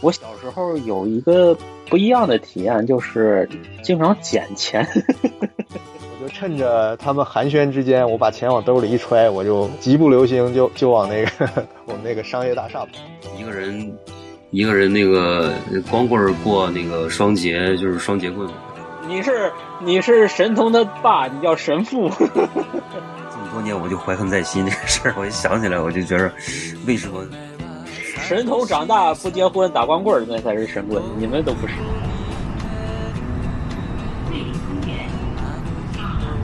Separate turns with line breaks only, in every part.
我小时候有一个不一样的体验，就是经常捡钱。
我就趁着他们寒暄之间，我把钱往兜里一揣，我就极不留行就，就往那个 我们那个商业大厦跑。
一个人一个人那个光棍儿过那个双节，就是双节棍。
你是你是神童的爸，你叫神父。
这么多年我就怀恨在心这个事儿，我一想起来我就觉得，为什么
神童长大不结婚，打光棍儿那才是神棍，你们都不是。
桂林公园，到了，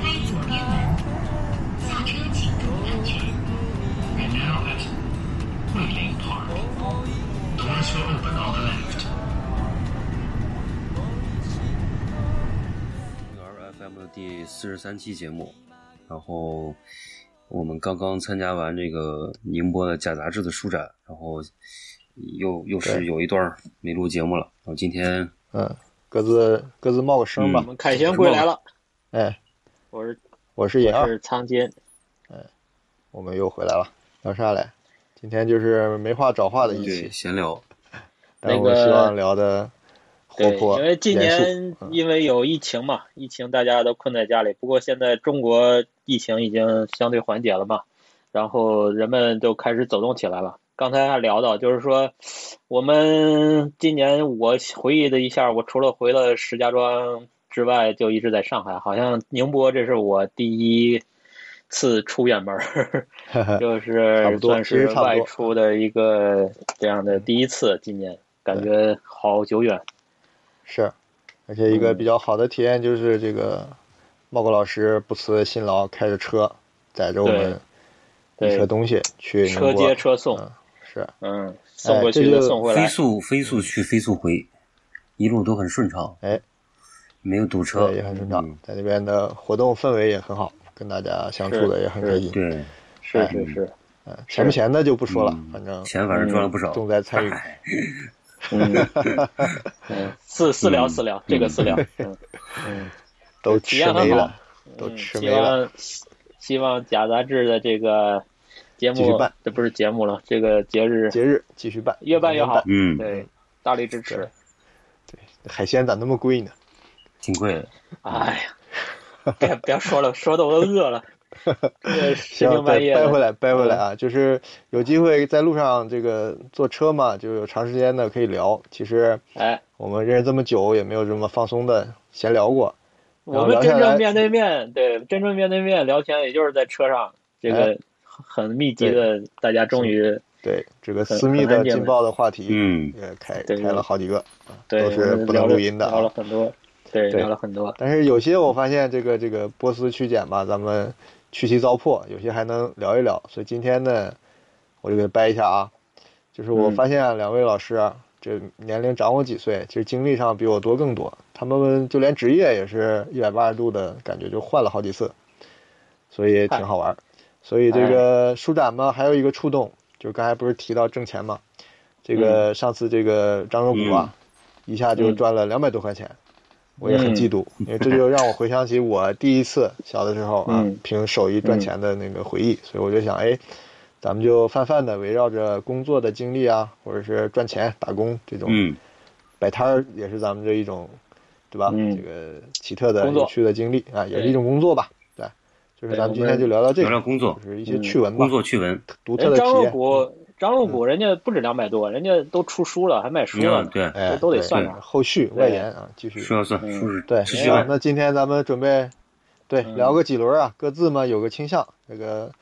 开左边门，下车请注意安全。
We're now at Woodley Park. Doors will open on the left.
r FM 的第四十三期节目，然后我们刚刚参加完这个宁波的假杂志的书展，然后又又是
对
有一段儿没录节目了。然后今天
嗯，各自各自冒个声吧
我。们凯旋归来了，
哎，
我是
我是野
我
二，
是苍金，
我们又回来了，聊啥来？今天就是没话找话的一
对
期，
闲聊，
但是
那
我
个
希望聊的活
对，
泼，
因为今
严肃嗯
年因为有疫情嘛，疫情大家都困在家里。不过现在中国疫情已经相对缓解了嘛，然后人们都开始走动起来了。刚才还聊到，就是说，我们今年我回忆了一下，我除了回了石家庄之外，就一直在上海。好像宁波这是我第一次出远门 儿，就是
差不多
算
其
是
实差不多
外出的一个这样的第一次。今年感觉好久远。
是，而且一个
嗯
比较好的体验就是这个茂哥老师不辞辛劳，开着车载着我们一
对
车东西去宁
车
波，
接车送，
嗯是
嗯，送过去的送回
飞
来，
速飞速去，飞速回，一路都很顺畅，
哎，
没有堵车
对，也很正常
嗯，
在那边的活动氛围也很好，跟大家相处的也很开心。
对，
是是是，
嗯，钱不钱的就不说了
嗯，
反正
钱反正赚了不少。
重在参与。
嗯， 嗯四四聊四聊，这个四聊，嗯嗯，
都
体
吃
验很
没
好
了，， 都
嗯，
吃
希
没了
望希望假杂志的这个节
继续
目
办，
这不是节目了，这个节日，
节日继续办，
越办越好
慢慢
嗯，
对，大力支持
对，办。海鲜咋那么贵呢？
挺贵的。
哎呀。别别说了，说的我都饿 了。这深
行，
更
再
半夜嗯
掰回
的，
来，掰回来啊！就是有机会在路上这个坐车嘛，就有长时间的可以聊。其实
哎，
我们认识这么久，也没有这么放松的闲聊过。
我们
聊下
真
来
正面对面，对，真正面对面聊天，也就是在车上，这
哎
个很密集的，大家终于
对这个
很
私密
很
的、
安静的
劲爆的话题，
嗯，
也开
对
开了好几个，
对
都是不能录音的
聊了
啊。
很多，对，
对
聊了很多，
但是有些我发现这个这个波斯曲简吧，咱们去其糟粕，有些还能聊一聊。所以今天呢，我就给掰一下啊，就是我
嗯
发现啊两位老师啊，这年龄长我几岁，其实经历上比我多更多。他们就连职业也是一百八十度的感觉，就换了好几次，所以挺好玩儿。所以这个书展嘛，还有一个触动，就刚才不是提到挣钱嘛，这个上次这个张若谷啊，一下就赚了两百多块钱，我也很嫉妒，因为这就让我回想起我第一次小的时候啊
嗯，
凭手艺赚钱的那个回忆，所以我就想，哎，咱们就泛泛的围绕着工作的经历啊，或者是赚钱打工这种
嗯，
摆摊儿也是咱们这一种，对吧？
嗯
这个奇特的、
工作
有趣的经历啊，也是一种工作吧。对，就是
对
咱们今
我
天
们
就聊聊这
聊
个，
聊工作
就，是一些趣
嗯
闻吧
工，作趣闻。
独特
人
的
哎
体
张若
验。嗯
谷，张若谷人家不止两百多，人家都出书了，还卖书
嗯，
了，
对，
哎，
都得
对
算上
后续
对
外延啊，继续
说要算，
嗯
说是
对。
继续玩
行，那今天咱们准备对
嗯
聊个几轮啊，各自嘛有个倾向。这个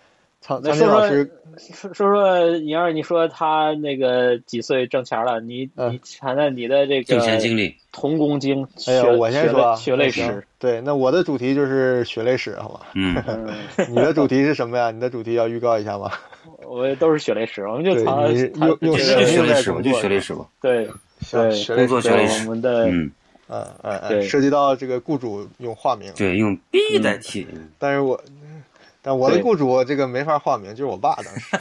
苍
那
苍
说
天老
说
师，
说说说，你要是你说他那个几岁挣钱了，你
嗯
你谈谈你的这
挣钱经
个
历。
童工经，
哎呀，
学
我先说啊，
学类
那
学
行
类史，
对，那我的主题就是血泪史，好 吧？
嗯，
嗯，
你的主题是什么呀？你的主题要预告一下吗？
我都是学类史，我们就
对
谈
你是
谈
用用
这
就
个
时
学
间
历
在
史吧，
工
就
作
学历史吧。
对 对
学
工
历
作
史
学历
对
史
我们的
嗯，
嗯嗯嗯，
对
涉及到这个雇主用化名，
对，用 B 代替。
但是我，但我的
对
雇主这个没法化名，就是我爸当时，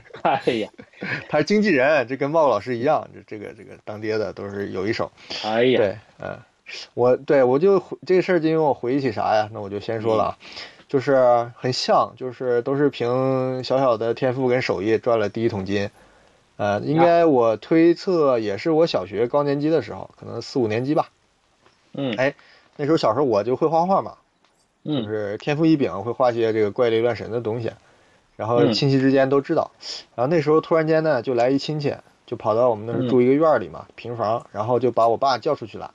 哎呀
他是经纪人，这跟茂老师一样，这这个这个当爹的都是有一手。
哎呀，
对，嗯，我对我就回这个事儿，就因为我回忆起啥呀？那我就先说了啊，就是很像，就是都是凭小小的天赋跟手艺赚了第一桶金，呃，应该我推测也是我小学高年级的时候，可能四五年级吧。
嗯
哎，那时候小时候我就会画画嘛，就
嗯
是天赋异禀，会画些这个怪力乱神的东西，然后
嗯
亲戚之间都知道。然后那时候突然间呢，就来一亲戚，就跑到我们那儿
嗯
住一个院儿里嘛，平房，然后就把我爸叫出去了，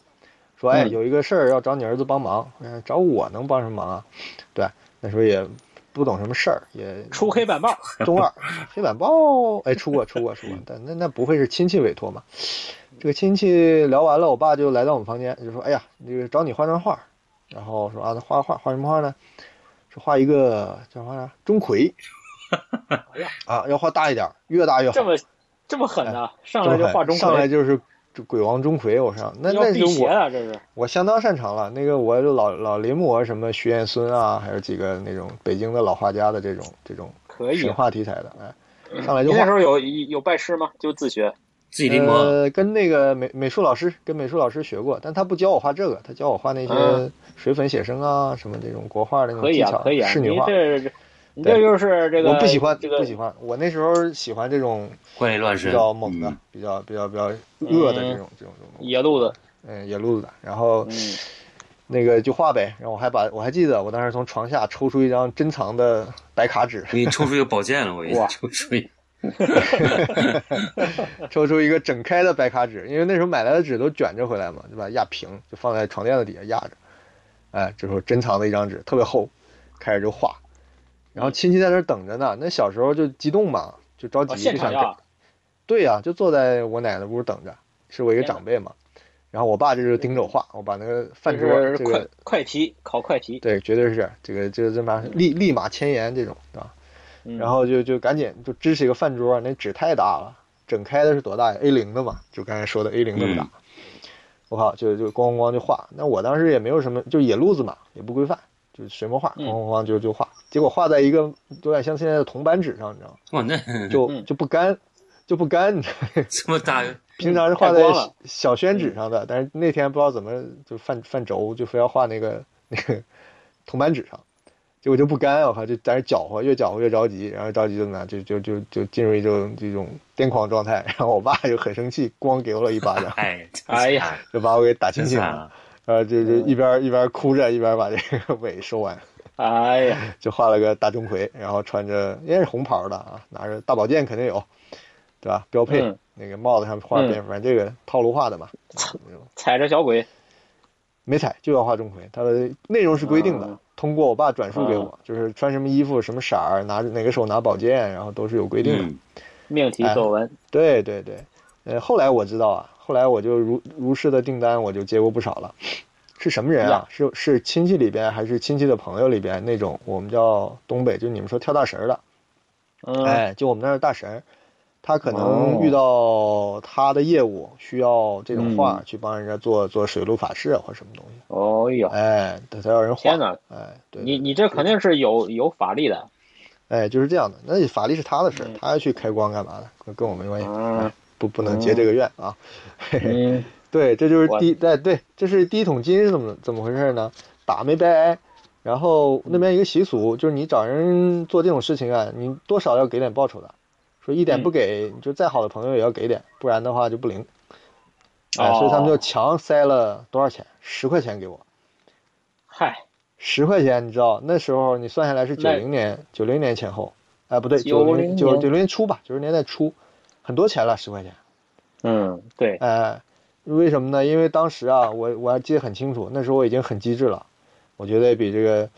说：“哎，
嗯
有一个事儿要找你儿子帮忙。”我说找我能帮什么忙啊？对，那时候也不懂什么事儿，也
出黑板报，
中二黑板报，哎，出过出过出过，但那那不会是亲戚委托嘛？这个亲戚聊完了，我爸就来到我们房间，就说：“哎呀，这个找你画张画。”然后说：“啊，那画画画什么画呢？是画一个叫画啥钟馗
哎呀
啊，要画大一点，越大越好。
这么这么狠呐，上来就画中
哎上
国，
来就是鬼王钟馗，我上那
要
那
辟
就
邪啊
我
了，这是
我相当擅长了。那个我就老老临摹什么徐彦孙啊，还有几个那种北京的老画家的这种这种
可以啊
神。话题材的，哎，上来就
您那
画
时。候有有拜师吗？就自学。
自己临摹，
呃，跟那个美美术老师，跟美术老师学过，但他不教我画这个，他教我画那些
嗯
水粉写生啊，什么这种国画的那
可
种嗯技
以
巧，
啊，可以啊，
仕女
你
画。
这你
对
这就是这个，
我不喜欢，
这个
不喜欢。我那时候喜欢这种
怪力乱
比
神，
较猛的、
嗯
比较比较比较恶的这种、这种这种，
野路子，
嗯，野路子的。然后
嗯，
那个就画呗，然后我还把我还记得，我当时从床下抽出一张珍藏的白卡纸，
我给你抽出一个宝剑了，我给你
哇
抽出一个，
抽出一个整开的白卡纸，因为那时候买来的纸都卷着回来嘛，就把它压平，就放在床垫子底下压着。哎，这时候珍藏的一张纸，特别厚，开始就画。然后亲戚在那儿等着呢，那小时候就激动嘛，就着急，
哦
就
现场
想给。
要
对呀、就坐在我奶奶屋等着，是我一个
天哪
长辈嘛。然后我爸这就盯着我画，我把那个
就
饭桌
是
这
快
个
快题考快题，
对，绝对是这个就是这么立立马千言这种，对吧？
嗯
然后就就赶紧就支起一个饭桌，那纸太大了，整开的是多大呀？A 零的嘛，就刚才说的 A 零那么大。
嗯
我靠，就就咣咣咣就画。那我当时也没有什么，就野路子嘛，也不规范，就随便画，咣
嗯
咣咣就就画。结果画在一个有点像现在的铜板纸上，你知道吗？
哇，那
就
嗯
就不干，就不干。你知道吗
这么大，，
平常是画
太
在
光了嗯
小宣纸上的，但是那天不知道怎么就犯犯轴，就非要画那个那个铜板纸上，结果就不干，啊我靠，就在那搅和，越搅和越着急，然后着急就拿就就就就进入一种这种癫狂状态，然 后我爸就很生气，咣给我了一巴掌
哎，真惨
哎呀，
就把我给打清
真
醒
惨
了，
啊！
然后就就
嗯
一边一边哭着一边把这个尾收完，
哎呀，
就画了个大钟馗，然后穿着应该是红袍的啊，拿着大宝剑肯定有，对吧？标配、
嗯
那个帽子上画蝙蝠，反正这个套路画的嘛，那种
踩着小鬼，
没踩就要画钟馗，它的内容是规定的，
啊
通过我爸转述给我，就是穿什么衣服、什么色儿、拿哪个手拿宝剑，然后都是有规定的。
嗯，
命
哎
题作文，
对对对，呃，后来我知道啊，后来我就如如是的订单我就接过不少了。是什么人啊
呀？
是是亲戚里边还是亲戚的朋友里边那种？我们叫东北，就你们说跳大神儿的，
嗯，
哎，就我们那儿大神儿，他可
哦
能遇到他的业务需要这种画
嗯
去帮人家做做水陆法事啊或什么东西，
哦呦，
哎，他才要人画
天，哪，
哎，对，
你你这肯定是有有法力的，
哎，就是这样的。那法力是他的事儿
嗯，
他去开光干嘛的，跟跟我没关系，
嗯
哎不不能结这个怨啊。
嗯，
对，这就是
我
第对对，这是第一桶金是怎么怎么回事呢？打没白挨。然后那边一个习俗
嗯
就是你找人做这种事情啊，你多少要给点报酬的，说一点不
嗯
给，你就再好的朋友也要给点，不然的话就不灵。 哎，所以他们就
哦
强塞了多少钱？十块钱给我，
嗨，
十块钱，你知道那时候你算下来是九
那
零年，九零年前后，哎，不对，九
90
零
年
九九零年初吧，九十年代初，很多钱了，十块钱，
嗯，对，
哎，为什么呢？因为当时啊，我我还记得很清楚，那时候我已经很机智了，我觉得比这个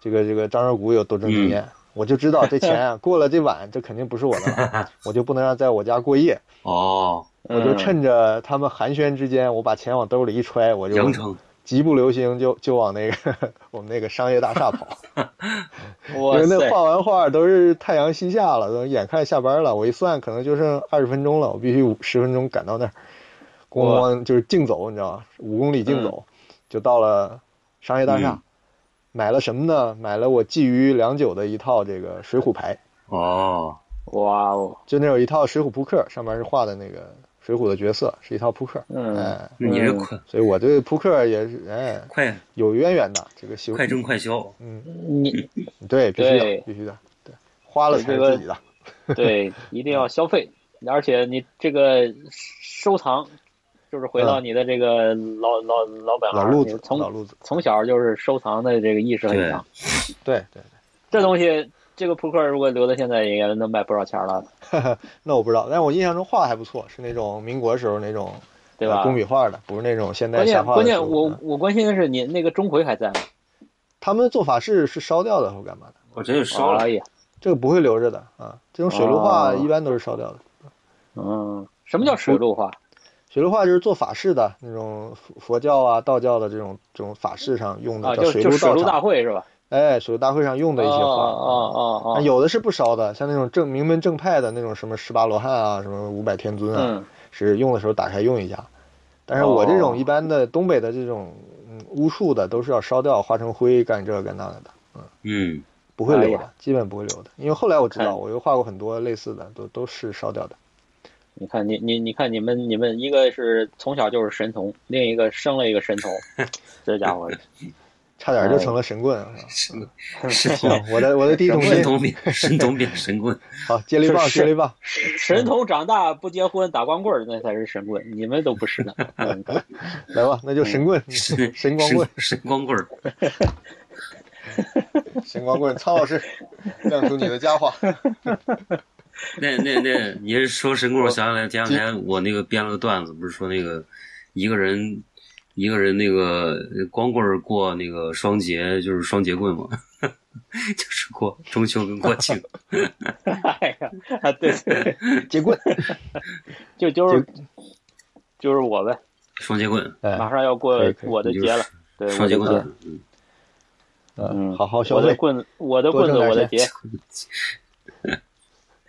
这个这个张二谷有斗争经验，我就知道这钱啊过了这晚，这肯定不是我的了，我就不能让在我家过夜，
哦，
我就
嗯
趁着他们寒暄之间，我把钱往兜里一揣，我就
羊城，
疾不流星就就往那个 我们那个商业大厦跑。
嗯哇
因为那
塞，
画完画都是太阳西下了，都眼看下班了。我一算，可能就剩二十分钟了，我必须五十分钟赶到那儿。咣
哇嗯
咣就是竞走，你知道吗？五公里竞走，就到了商业大厦。
嗯
买了什么呢？买了我觊觎良久的一套这个水浒牌，
哦，
哇哦，
就那有一套水浒扑克，上面是画的那个水浒的角色，是一套扑克。
嗯，
哎，
那你这
嗯
快
所以我对扑克也是哎
快
有渊源的。这个喜欢
快挣快销，
嗯，
你
对，必须的
对，
必须的，对，花了
这
才是
个
自己的。
对一定要消费，而且你这个收藏，就是回到你的这个老、老老本
嗯老
行，
路
啊你
子，老
从
路子，
从小就是收藏的这个意识很
对
强。
对对对，
这东西，这个扑克如果留到现在，也能卖不少钱了，
那我不知道，但是我印象中画的还不错，是那种民国时候那种
对吧
呃？工笔画的，不是那种现代
关
瞎
键
画的
关键
书
我，
嗯
我关心的是你那个钟馗还在吗？
他们做法事是烧掉的或干嘛的，
我真是烧了
哎，呀，
这个不会留着的啊。这种水陆画
哦
一般都是烧掉的，
嗯，什么叫水陆画？
水陆画就是做法事的那种佛佛教啊、道教的这种这种法事上用的，
啊，
叫
就
嗯水
就
陆
水
道
陆大
场。
会是吧？
哎，水陆大会上用的一些
哦
画，
哦哦哦，
啊有的是不烧的，像那种正名门正派的那种什么十八罗汉啊、什么五百天尊啊，
嗯，
是用的时候打开用一下。但是我这
哦
种一般的东北的这种嗯巫术的，都是要烧掉、化成灰干这干那个的，
嗯，
不会留
哎
的，基本不会留的。因为后来我知
哎
道，我又画过很多类似的，都都是烧掉的。
你看你你你看你们你们一个是从小就是神童，另一个生了一个神童，这家伙
差点
哎
就成了 神棍啊！
神
行，我的我的第一桶
神
金，
童变神童变神 棍，
好，接力棒，
是
接力棒，
神童长大不结婚打光棍儿那才是神棍，你们都不是呢。嗯
来吧，那就神棍，
神
神光棍，
神光棍儿，
神光棍，苍老 师，亮出你的佳话。
那那那，你是说神棍儿？我想起来前两天我那个编了个段子，不是说那个一个人一个人那个光棍儿过那个双节，就是双节棍嘛， 就是过中秋跟国庆。
哎呀，啊对，对
结棍，
嗯就就是就是我呗，
双节棍，
哎，
马上要过
可以可以
我的
你就是
节了，对，我的
双节
节，
棍，
嗯，
嗯，
好好消
我的
费，
棍，我的
多
棍
挣
子，
点
我的
钱
节，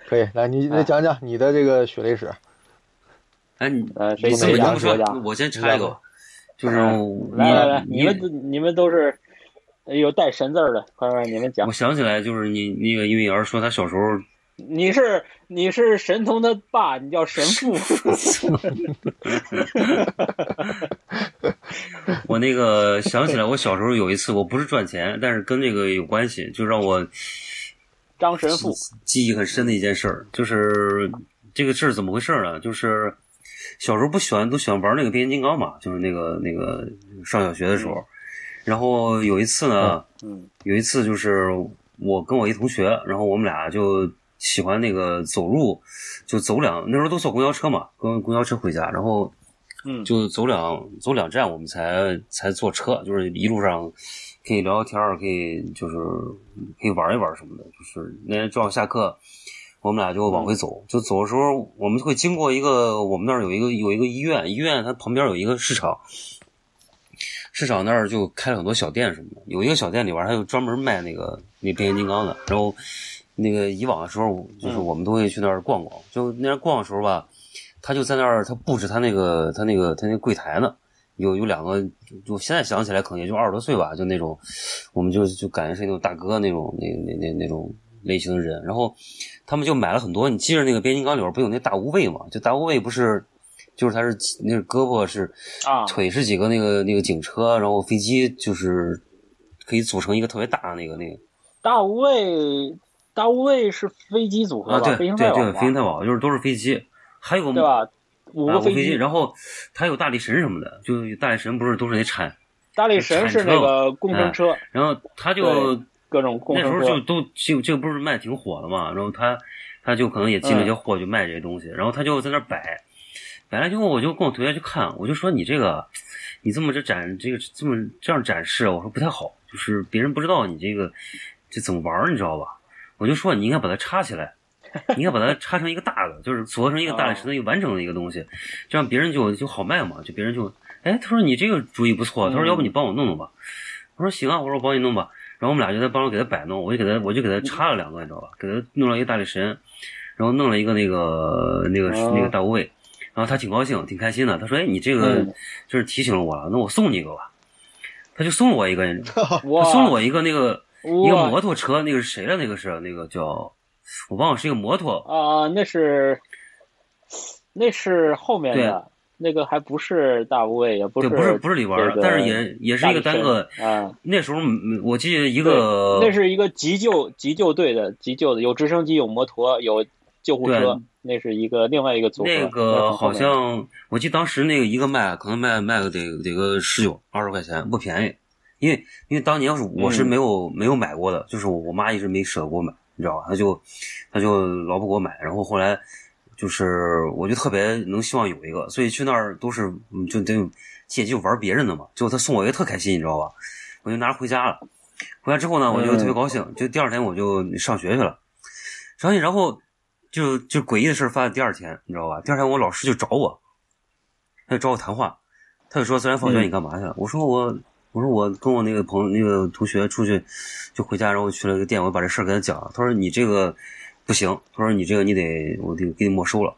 可以。来，
啊
你来讲讲你的这个血泪史。
哎，你
呃，谁
你怎
谁
这
么这
样
讲
么
谁
说
讲？？
我先插一个，就是
来来来，
你
你们都你们都是有带神字儿的，快快你们讲
我。想起来，就是你那个，因为瑶儿说他小时候
你是你是神童他爸，你叫神父。
我那个想起来，我小时候有一次，我不是赚钱，但是跟这个有关系，就让我
张神父，
记忆很深的一件事儿，就是这个事儿怎么回事儿呢？就是小时候不喜欢都喜欢玩那个变形金刚嘛，就是那个那个上小学的时候，然后有一次呢，
嗯
有一次就是我跟我一同学，然后我们俩就喜欢那个走路，就走两那时候都坐公交车嘛，跟公交车回家，然后
嗯，
就走两走两站，我们才才坐车，就是一路上可以聊聊天儿，可以就是可以玩一玩什么的。就是那天正好下课，我们俩就往回走。就走的时候，我们会经过一个我们那儿有一个有一个医院，医院它旁边有一个市场，市场那儿就开了很多小店什么的。有一个小店里边儿，它就专门卖那个那变形金刚的。然后那个以往的时候，就是我们都会去那儿逛逛。就那儿逛的时候吧，他就在那儿，他布置他那个他那个他那个柜台呢。有有两个，就我现在想起来可能也就二十多岁吧，就那种，我们就就感觉是那种大哥那种那那那那种类型的人。然后他们就买了很多，你记着那个变形金刚里边不有那大无畏嘛？就大无畏不是，就是他是那是胳膊是
啊
腿是几个那个那个警车，然后飞机就是可以组成一个特别大的那个那个
大无畏，大无畏是飞机组合
啊，
吧？
对
飞
对
行
对
太阳，
飞行太保就是都是飞机，还有个
对吧？五
啊
个
无飞
机，
然后他有大力神什么的，就大力神不是都是得铲，
大力神是那个工程车，
然后他就
对各种工
那时
程
候就
车。
都就这个不是卖挺火的嘛，然后他他就可能也进了一些
嗯
货，就卖这些东西，然后他就在那儿摆，摆了之后我就跟我同学去看，我就说你这个你这么这展这个这么这样展示，啊我说不太好，就是别人不知道你这个这怎么玩儿，你知道吧？我就说你应该把它插起来。你应该把它插成一个大的，就是组合成一个大
哦
的石头，一个完整的一个东西，这样别人就就好卖嘛，就别人就，哎，他说你这个主意不错，他说
嗯
要不你帮我弄弄吧，我说行啊，我说我帮你弄吧，然后我们俩就在帮我给他摆弄，我就给他我就给他插了两个，你知道吧？给他弄了一个大力神，然后弄了一个那个那个
哦
那个大无畏，然后他挺高兴，挺开心的，他说哎你这个
嗯
就是提醒了我了，那我送你一个吧，他就送了我一个，
哇
他送了我一个那个一个
哇
摩托车，那个是谁的？那个是那个叫我忘了是一个摩托，
啊，那是那是后面的那个，还不是大无畏，也不
对，
是
不是不是里边
这
的，
个
但是也也是一个单个
大力。神啊。
那时候嗯我记得一
对
个
那是一个急救急救队的急救的，有直升机，有摩托，有救护
对
车，那是一个另外一个组合。
那
是
个
后
好
面
像我记得当时那个一个麦可能卖卖个得得个十九二十块钱，不便宜。因为因为当年要是我是
嗯
没有、没有买过的，就是我我妈一直没舍得给我买，你知道吧？她就她就老不给我买，然后后来就是我就特别能希望有一个，所以去那儿都是嗯就得借机玩别人的嘛。结果她送我一个特开心，你知道吧？我就拿着回家了。回家之后呢，我就特别高兴，就第二天我就上学去了。上学然后就就诡异的事儿发生第二天，你知道吧？第二天我老师就找我，他就找我谈话，他就说：“自然放学
嗯
你干嘛去了？”我说我：“我说我跟我那个朋友那个同学出去就回家，然后去了个店，我把这事儿跟他讲了。他说你这个不行，他说你这个你得我得给你没收了。”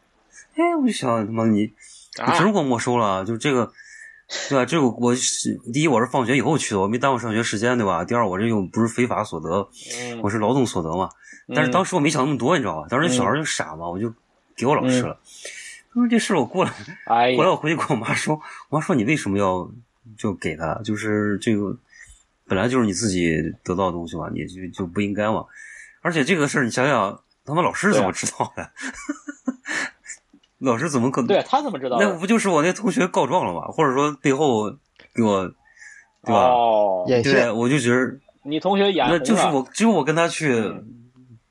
哎，我就想他妈你你真
啊，
给我没收了，就这个，对吧？这个我是第一我是放学以后去的，我没耽误上学时间，对吧？第二我这又不是非法所得，
嗯
我是劳动所得嘛。但是当时我没想那么多，你知道吧？当时小
嗯
孩就傻嘛，我就给我老师了。他说这事我 过来，
哎
后来
呀，
我回去跟我妈说，我妈说你为什么要就给他？就是这个本来就是你自己得到的东西嘛，你就就不应该嘛。而且这个事儿你想想，他妈老师怎么
啊
知道的？ 老师怎么可 能？
对他怎么知道的？
那不就是我那同学告状了吗？或者说背后给我，对吧？
哦，
眼
对，
线，
我就觉得
你同学眼红啊嗯
那
了，
就是我，只有我跟他去，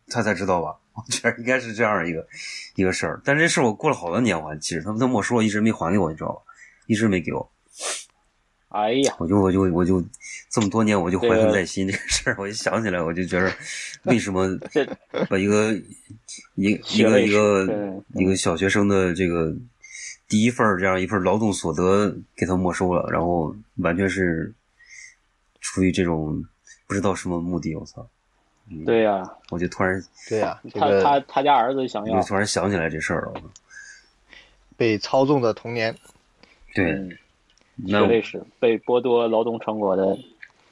他才知道吧？我觉得应该是这样一个一个事儿。但是这事儿我过了好多年还，其实他们他没收，一直没还给我，你知道吧？一直没给我，
哎呀，
我就我就我就这么多年我就怀
这
恨
个
在心这个事儿，我一想起来我就觉得为什么
这
把一个一一
学
个
位
一
是
个
对
一个小学生的这个第一份儿这样一份劳动所得给他没收了，然后完全是出于这种不知道什么目的，我操！
对呀、
我就突然
对呀、这
他他
个
他家儿子想
我
要
就，突然想起来这事儿了。
被操纵的童年，
对，
嗯，
那
学
我
历史被剥夺劳动成果的，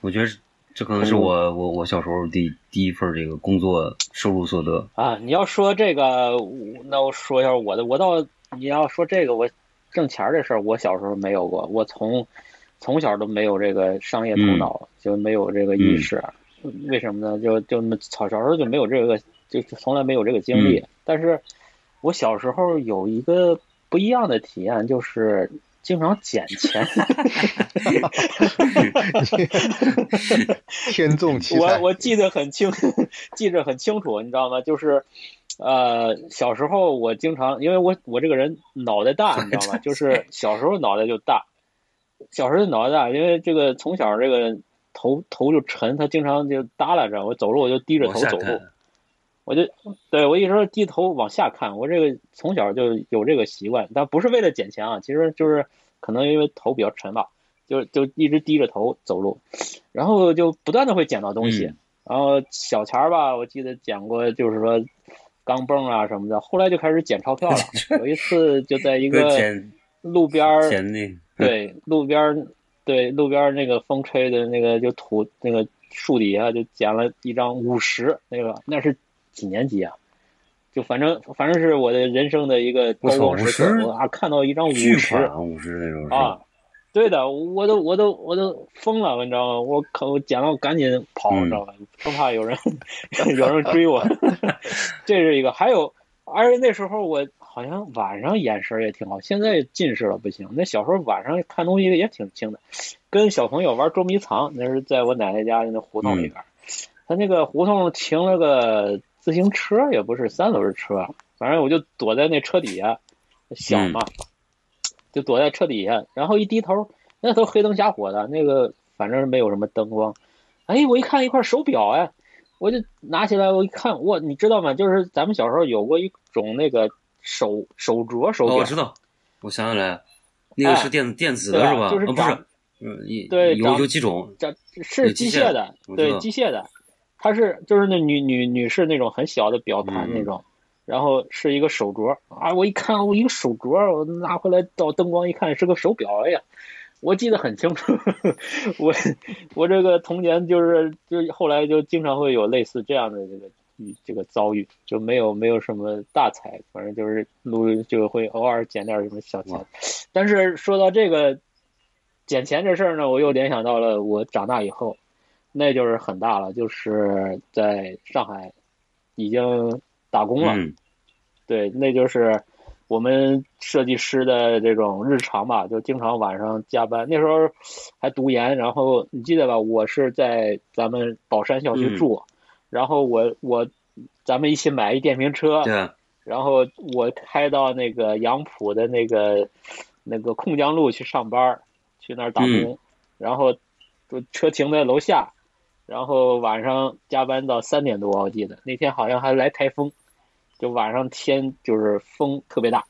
我觉得这可能
嗯
是我我我小时候第第一份这个工作收入所得。
啊，你要说这个，我那我说一下我的，我倒你要说这个，我挣钱儿这事儿，我小时候没有过，我从从小都没有这个商业头脑，就没有这个意识。为什么呢？就就小小时候就没有这个，就就从来没有这个经历。但是我小时候有一个不一样的体验，就是经常捡钱。
天纵奇
我
才，
我记得很清， 记着很清楚，你知道吗？就是，呃，小时候我经常，因为我我这个人脑袋大，你知道吗？ 就是小时候脑袋就大，小时候脑袋大，因为这个从小这个头头就沉，他经常就耷拉着，我走路我就低着
往
头
下
走路
看，，
我就对我一直低头往下看，我这个从小就有这个习惯，但不是为了捡钱啊，其实就是可能因为头比较沉吧，就就一直低着头走路，然后就不断的会捡到东西，
嗯
然后小钱儿吧，我记得捡过，就是说钢镚啊什么的，后来就开始捡钞票了，有一次就在一
一
个
钱
路边儿
钱那
对，路边儿，对路边儿那个风吹的那个就土那个树底下就捡了一张五十，那个那是几年级啊？就反正反正是我的人生的一个
我
高
操
光时
50
刻，我啊看到一张五
巨
十
款五十那种是
啊
吧，，
对的，我都我都我都疯了，你知道吗？我靠，我捡到我赶紧跑，
嗯
你知道吧？生怕有人 有人追我， 这是一个。还有，而且那时候我好像晚上眼神也挺好，现在近视了不行。那小时候晚上看东西也挺清的，跟小朋友玩捉迷藏，那是在我奶奶家的那胡同里边儿。
嗯
他那个胡同停了个自行车，也不是三轮车，啊反正我就躲在那车底下，小嘛，就躲在车底下，然后一低头，那都黑灯瞎火的，那个反正没有什么灯光，哎，我一看一块手表，哎，我就拿起来，我一看，哇，你知道吗？就是咱们小时候有过一种那个手手镯手
哦，
表，
我知道，我想起来了，那个是
哎
电电子
对
的
吧
吧？
就是
啊，不
长
是，嗯，一
对
有
长
有几种，
这
对
是
机
机
械
械
的
的
我，知道
对机械的，它是就是那女女女士那种很小的表盘
嗯
那种，然后是一个手镯啊，我一看我一个手镯，我拿回来照灯光一看是个手表，哎呀，我记得很清楚， 我我这个童年就是就是后来就经常会有类似这样的这个。嗯这个遭遇就没有没有什么大财，反正就是路就会偶尔捡点什么小钱
哇，
但是说到这个捡钱这事儿呢，我又联想到了我长大以后，那就是很大了，就是在上海已经打工了，
嗯，
对，那就是我们设计师的这种日常吧，就经常晚上加班。那时候还读研，然后你记得吧？我是在咱们宝山校区住，然后我我咱们一起买一电瓶车，
对，啊
然后我开到那个杨浦的那个那个控江路去上班儿，去那儿打工，
嗯
然后就车停在楼下，然后晚上加班到三点多，我记得那天好像还来台风，就晚上天就是风特别大，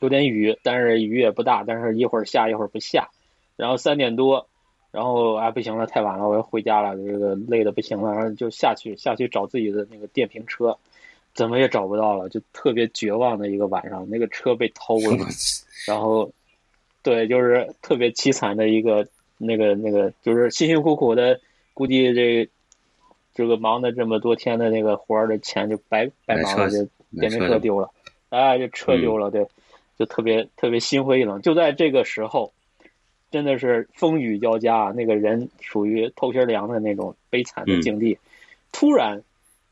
有点雨，但是雨也不大，但是一会儿下一会儿不下，然后三点多。然后啊、不行了，太晚了，我要回家了，这个累的不行了，然后就下去下去找自己的那个电瓶车，怎么也找不到了，就特别绝望的一个晚上，那个车被偷 了，然后，对，就是特别凄惨的一个那个那个，就是辛辛苦苦的，估计这这个忙的这么多天的那个活儿的钱就白白忙了，
买车
就电瓶
买车
车
了
丢了，哎，就车丢了，对，就特别特别心灰意冷。就在这个时候，真的是风雨交加，啊那个人属于透心凉的那种悲惨的境地，突然。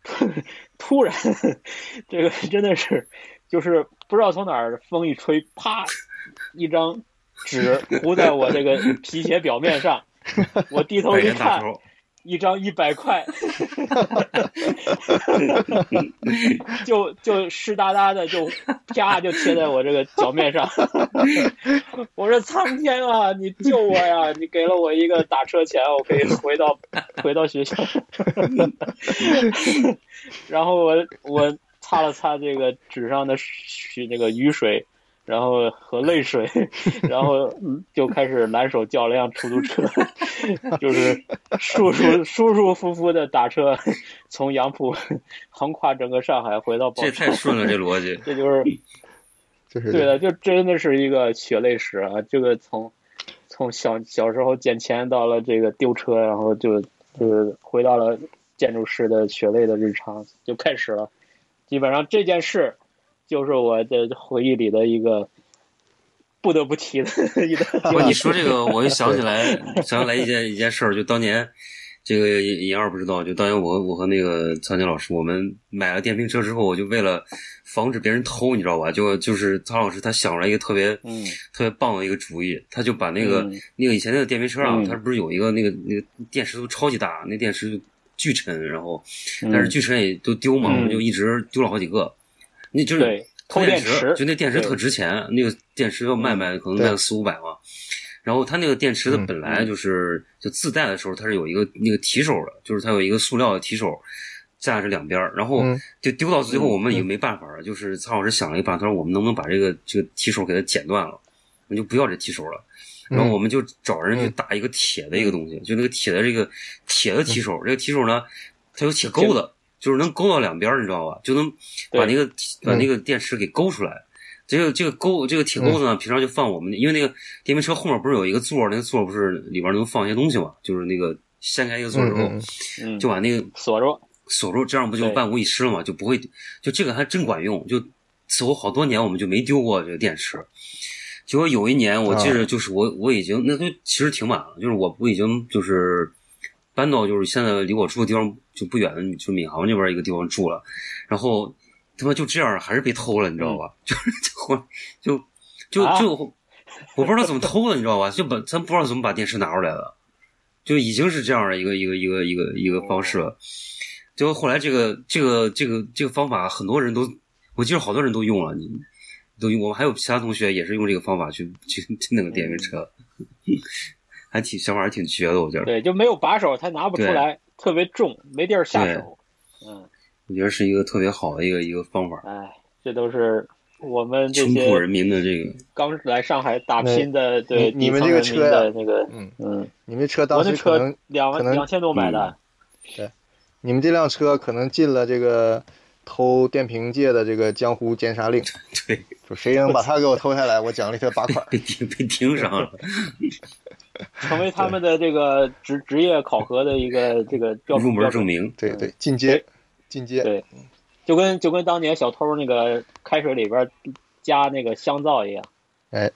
突然，这个真的是，就是不知道从哪儿风一吹，啪，一张纸糊在我这个皮鞋表面上。我低头
百
一
元大
看，
钞，
一张一百块，就就湿哒哒的就啪就贴在我这个脚面上。我说苍天 啊，你救我呀！你给了我一个打车钱，我可以回 到回到学校。然后我我擦了擦这个纸上的许那个雨水。然后和泪 水，然后就开始拦手叫了辆出租 车，就是舒舒舒舒服服的打车从杨浦横跨整个上海回到宝
这
山，
太顺了，这逻辑。
这就是
就是
对的，就真的是一个血泪史啊！这个从从小小时候捡钱到了这个丢车，然后就就是回到了建筑师的血泪的日常，就开始了。基本上这件事就是我的回忆里的一个不得不提的一个 经历。
不，你说这个，我就想起来，想起来一件一件事儿，就当年这个杨二不知道，就当年我我和那个苍井老师，我们买了电瓶车之后，我就为了防止别人偷，你知道吧？就就是苍老师他想出来一个特别、
嗯
特别棒的一个主意，他就把那个、
嗯
那个以前那个电瓶车啊
嗯，
它不是有一个那个那个电池都超级大，那电池就巨沉，然后
嗯
但是巨沉也都丢嘛，
嗯
我们就一直丢了好几个，那就是
对
偷
偷电池
池，就那电池
对
特值钱，那个电池要卖卖可能卖个四五百嘛。然后它那个电池它
嗯
本来就是就自带的时候，它是有一个那个提手的，就是它有一个塑料的提手架在这两边儿，然后
嗯
就丢到最后，
嗯
我们也没办法了。就是苍老师想了一办法，他说我们能不能把这个这个提手给它剪断了，我们就不要这提手了。然后我们就找人去打一个铁的一个东西，就那个铁的这个铁的提手，这个提手呢，它有铁钩子，就是能勾到两边儿，你知道吧？就能把那
对
个把那个电池给勾出来。这个这个钩这个铁钩子呢，平常就放我们那，因为那个电瓶车后面不是有一个座儿，那个座儿不是里边能放一些东西嘛？就是那个掀开一个座儿之后，
嗯嗯
嗯，
就把那个
锁住，
锁住，这样不就
对
万无一失了吗？就不会，就这个还真管用。就此后好多年，我们就没丢过这个电池。结果有一年，我
啊
记着就是我、我已经那都其实挺晚了，就是我我已经就是搬到就是现在离我住的地方就不远的，就闵行这边一个地方住了，然后他妈就这样还是被偷了，你知道吧？ 就是就就就
嗯啊
就、我不知道怎么偷的，你知道吧？就把咱不知道怎么把电池拿出来的，就已经是这样的一个一个一个一个一个方式了。就后来这个这个这个这个方法，很多人都我记得好多人都用了，你都用。我们还有其他同学也是用这个方法去去去那个电瓶车， 还挺想法还挺绝的，我觉得。
嗯对，就没有把手，他拿不出
对
来，特别重，没地儿下
对
手。嗯，
我觉得是一个特别好的一个一个方法，
哎，这都是我们这
穷
些
苦人民的这个
刚来上海打拼的，对
你你们
底层人民
这个车呀
的那个，
嗯，
嗯，
你们车
我
当
那
时可能
车两
可
万
能
两千多买的，
你们这辆车可能进了这个偷电瓶界的这个江湖监察令，
对
就谁能把它给我偷下来，我奖励他 八块。
被盯被盯上了。
嗯
成为他们的这个职职业考核的一 个这个标
入
准
门
标
证
准，
明，
对对，进阶，进阶。
对，就跟就跟当年小偷那个开水里边加那个香皂一样，
哎，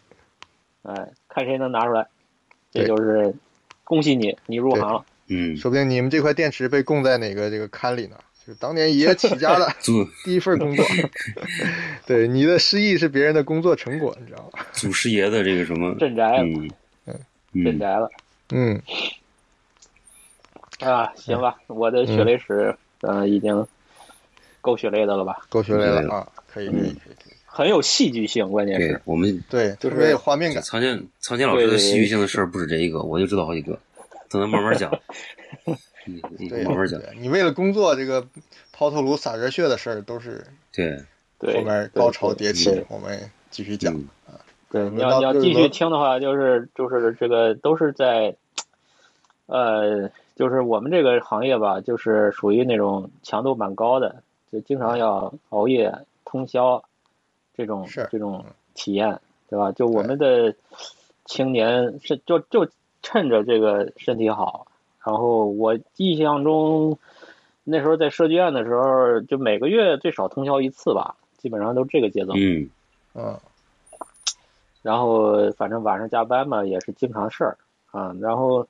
哎，看谁能拿出来，这
对
就是恭喜你，你入行了，
嗯，
说不定你们这块电池被供在哪个这个龛里呢？是当年爷起家的
祖
第一份 工作。对，你的失意是别人的工作成果，你知道吗？
祖师爷的这个什么，
镇宅了，
嗯
镇
嗯，
宅了
嗯，
嗯
啊！行
哎
吧，我的
嗯
血泪史，呃，已经够血泪的了吧？
够学位了啊，可以可以可以，可以
很有戏剧性，关键
对
是，
我们
对，
就是
特别有画面感。
曹健曹健老师的
对
戏剧性的事儿不止这一个，我就知道好几个，等他慢慢 讲，嗯嗯
对，
慢慢讲，
对你为了工作这个抛头颅洒热血的事儿，都是
对，
对，
后面高潮
对
迭起
对，
我们继续讲。
嗯，
对，
我们
你要
到
你要
就是
继
说
续听的话，就是就是这个都是在，呃，就是我们这个行业吧，就是属于那种强度蛮高的，就经常要熬夜通宵，这种
是
这种
嗯
体验，对吧？就我们的青年是就就趁着这个身体好，然后我印象中那时候在设计院的时候，就每个月最少通宵一次吧，基本上都这个节奏。
嗯，
嗯，
然后反正晚上加班嘛，也是经常事儿啊。然后，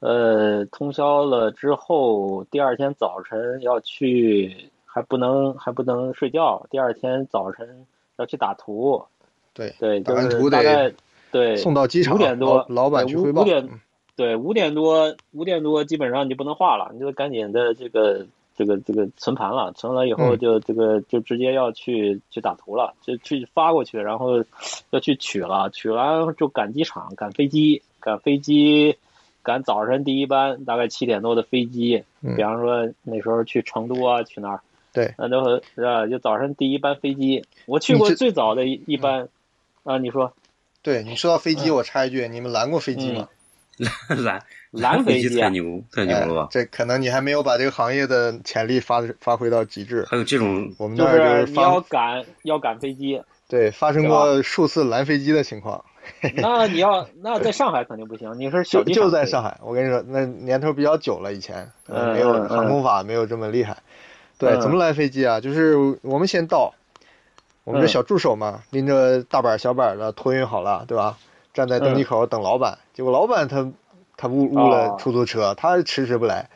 呃，通宵了之后，第二天早晨要去，还不能还不能睡觉，第二天早晨要去打图，
对，
对，
打
就
完图
是大概
得
对
送到机场，
五点多
老老板
对
去
五
汇报
五。点
嗯
对，五点多，五点多基本上你就不能画了，你就赶紧的这个这个这个存盘了，存了以后
嗯
就这个就直接要去去打图了，就去发过去，然后要去取了，取完就赶机场，赶飞机，赶飞机，赶早晨第一班，大概七点多的飞机，
嗯
比方说那时候去成都啊，去哪儿，
对，
那都是吧？就早晨第一班飞机，我去过
你这嗯
最早的一一班，啊，你说
对你说到飞
嗯
机，我插一句，你们拦过飞机吗？
蓝
蓝飞
飞
机
机
啊
太牛太牛
哎
了吧？
这可能你还没有把这个行业的潜力发发挥到极
哎
致。
还有这种
我们那
就
儿
是
是
你
发
要赶要赶飞机，
对发生
对
过数次拦飞机的情况，
那你要那在上海肯定不行，你是小
就
机场
就在
飞
上海。我跟你说，那年头比较久了，以前可能
嗯
没有
嗯
航空法没有这么厉害。对，
嗯
怎么拦飞机啊？就是我们先到，我们这
嗯
小助手嘛，拎着大板小板的托运好了，对吧？站在登机口等老板，结果老板他他误误了
嗯哦
出租车，他迟迟不来。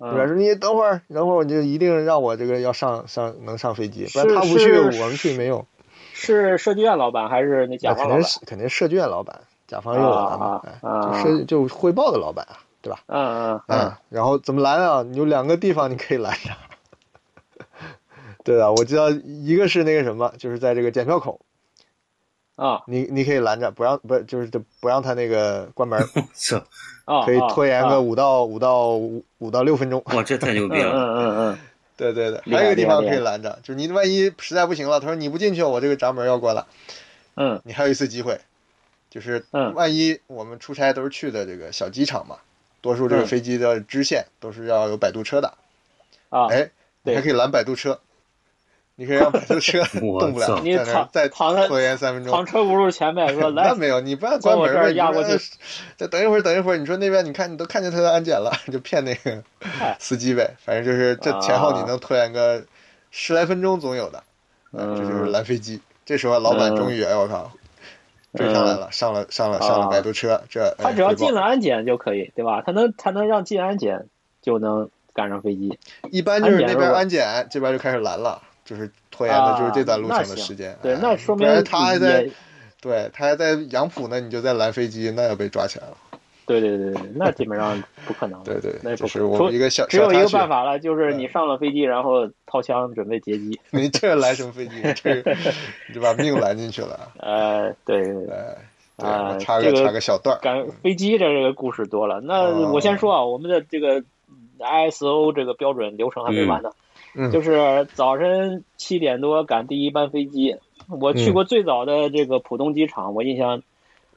对吧？
嗯，
说你等会儿，等会儿我就一定让我这个要上上能上飞机，不然
是
他不去，
是
我们去没用。
是设计院老板还是那
那
甲
肯
方老
定
板？
是肯定是设计院老板，甲方又来嘛，
啊
哎
啊啊
就设就汇报的老板啊，对吧？
嗯嗯
嗯，然后怎么拦啊？你有两个地方你可以拦着。对啊，我知道一个是那个什么，就是在这个检票口，
啊
你你可以拦着，不让不就是不让他那个 关门，
这
啊，
可以拖延
啊
个五到五到五五到六分钟。
哇，这太牛逼
嗯
了！
嗯嗯嗯，
对对对，
厉害
还有一个地方
厉害
可以拦着，就是你万一实在不行了，他说你不进去，我这个闸门要关了，
嗯
你还有一次机会，就是
嗯
万一我们出差都是去的这个小机场嘛，多数这个
嗯
飞机的支线都是要有摆渡车的，
啊，
哎，你
对
还可以拦摆渡车，你可以让摆渡 车
我
动不了
操，
你
在那儿
躺
再
躺在
拖延三分
躺
钟。
车轱辘前面 说来
那，没有，你不要
从
关
我
门
这儿
呗，你
压
说
过去
哎再等一会儿，等一会儿，你说那边你看你都看见他的安检了， 就骗那个
嗨
司机呗。反正就是这前后你
啊
能拖延个十来分钟总有的。啊
嗯
这就是拦飞机。这时候老板终于，哎我靠，追上来了，上了上了上
嗯
了
啊
摆渡车，这哎
他只要
汇报
进了安检就可以，对吧？他能他能让进安检就能赶上飞机，
一般就是那
安检
边
是吧
安检，这边就开始拦了，就是拖延的
啊
就是这段路程
那行
的时间。
对，
哎
那说明
不然他还在
也
对他还在杨浦呢，你就在拦飞机，那要被抓起来了。
对对对对，那基本上不可能的，
对对，
那
这
不
是
可
我
除
们一个小
只有一个办
法，
法了，就是
嗯
你上了飞机，然后掏枪准备劫机。
你这拦什么飞机？你这你就把命拦进去了。
呃，对，对对
哎，对，
啊
我插个
这个
插个小段儿。
赶飞机这这个故事多了。那
哦
我先说啊，我们的这个嗯 ISO 这个标准流程还没完呢，
嗯
就是早晨七点多赶第一班飞机。我去
嗯
过最早的这个浦东机场，我印象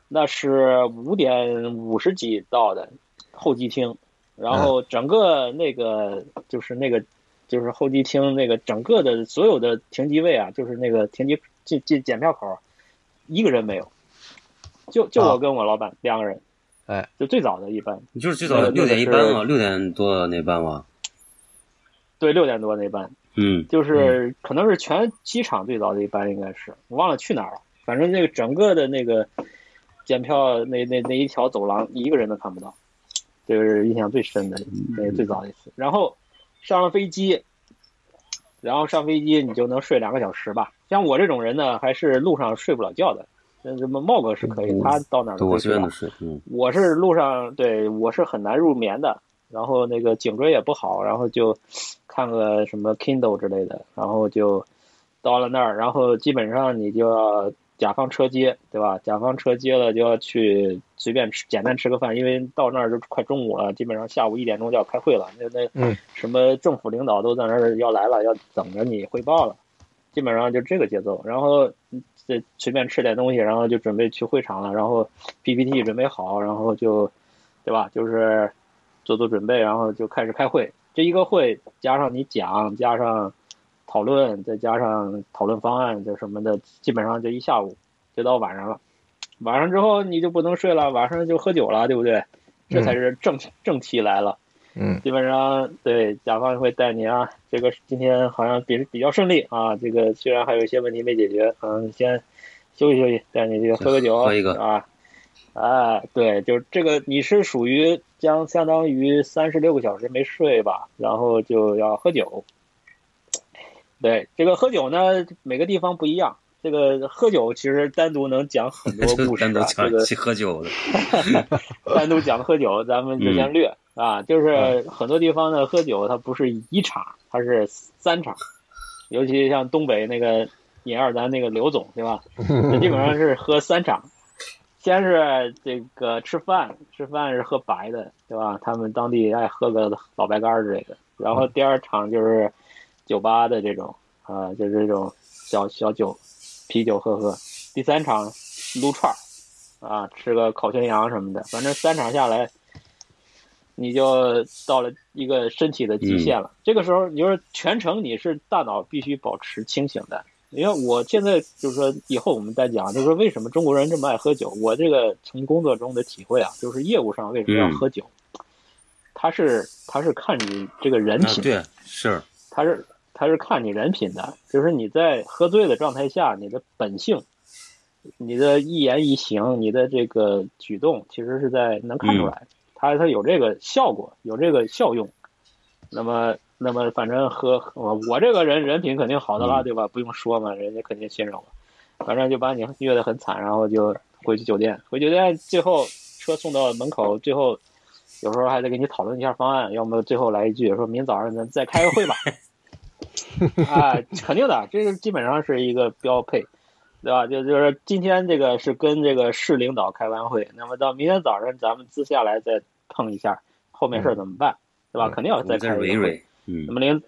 那是五点五十几到的候机厅，
嗯
然后整个那个就是那个就是候机厅那个整个的所有的停机位啊，就是那个停机进进检票口，一个人没有，就就
啊
我跟我老板、两个人，
哎，
就最早的一班，
你就是最早
那
六点一
那嗯
班
个是
嘛，六点多的那班嘛，
对，六点多那班，
嗯，
就是可能是全机场最早的一班，应该是我忘了去哪儿了，反正那个整个的那个检票那那那一条走廊一个人都看不到，
嗯
这个是印象最深的那个最早的一次。然后上了飞机，然后上飞机你就能睡两个小时吧。像我这种人呢，还是路上睡不了觉的。那什么茂哥是可以，
嗯
他到哪儿都
对，我
可以睡
这边
啊
的。是，嗯，
我是路上对我是很难入眠的，然后那个颈椎也不好，然后就看个什么 Kindle 之类的，然后就到了那儿，然后基本上你就要甲方车接，对吧？甲方车接了就要去随便吃简单吃个饭，因为到那儿就快中午了，基本上下午一点钟就要开会了，那那
嗯
什么政府领导都在那儿要来了，要等着你汇报了，基本上就这个节奏。然后嗯这随便吃点东西，然后就准备去会场了，然后 PPT 准备好，然后就，对吧？就是做做准备，然后就开始开会。这一个会加上你讲，加上讨论，再加上讨论方案，就什么的，基本上就一下午，就到晚上了。晚上之后你就不能睡了，晚上就喝酒了，对不对？这
嗯
才是正正气来了。
嗯
基本上对甲方会带你啊，这个今天好像比比较顺利啊，这个虽然还有一些问题没解决，嗯，先休息休息，带你去喝个酒，
喝一个
啊，哎，对，就是这个你是属于将相当于三十六个小时没睡吧，然后就要喝酒。对，这个喝酒呢，每个地方不一样。这个喝酒其实单独能讲很多
就
故事、啊，
单独
这个
讲去喝酒的，
单独讲喝酒，咱们就
嗯
先略、啊。就是很多地方呢，喝酒它不是一场，它是三场，尤其像东北那个尹二咱那个刘总，对吧？那基本上 是喝三场，先是这个吃饭，吃饭是喝白的，对吧？他们当地爱喝个老白干儿之类的。然后第二场就是酒吧的这种啊、就是这种小小酒，啤酒喝喝。第三场撸串儿，啊，吃个烤全羊什么的，反正三场下来，你就到了一个身体的极限了。这个时候，你就是全程你是大脑必须保持清醒的。因为我现在就是说，以后我们再讲，就是说为什么中国人这么爱喝酒。我这个从工作中的体会啊，就是业务上为什么要
嗯
喝酒，他是他是看你这个人
啊，
品，
对，是，
他是他是看你人品的，就是你在喝醉的状态下，你的本性、你的一言一行、你的这个举动，其实是在能看出来，他他有这个效果，有这个效用。那么，那么反正喝我我这个人人品肯定好的啦，
嗯
对吧？不用说嘛，人家肯定信任我。反正就把你虐得很惨，然后就回去酒店，回酒店最后车送到门口，最后有时候还得给你讨论一下方案，要么最后来一句说明早上咱再开个 会吧。啊，肯定的，这是基本上是一个标配，对吧？就就是今天这个是跟这个市领导开完会，那么到明天早上咱们私下来再碰一下，后面事儿怎么办，对吧？肯定要
嗯我
再
们
开
在
一个
蕊
会。
蕊，嗯
那，么领，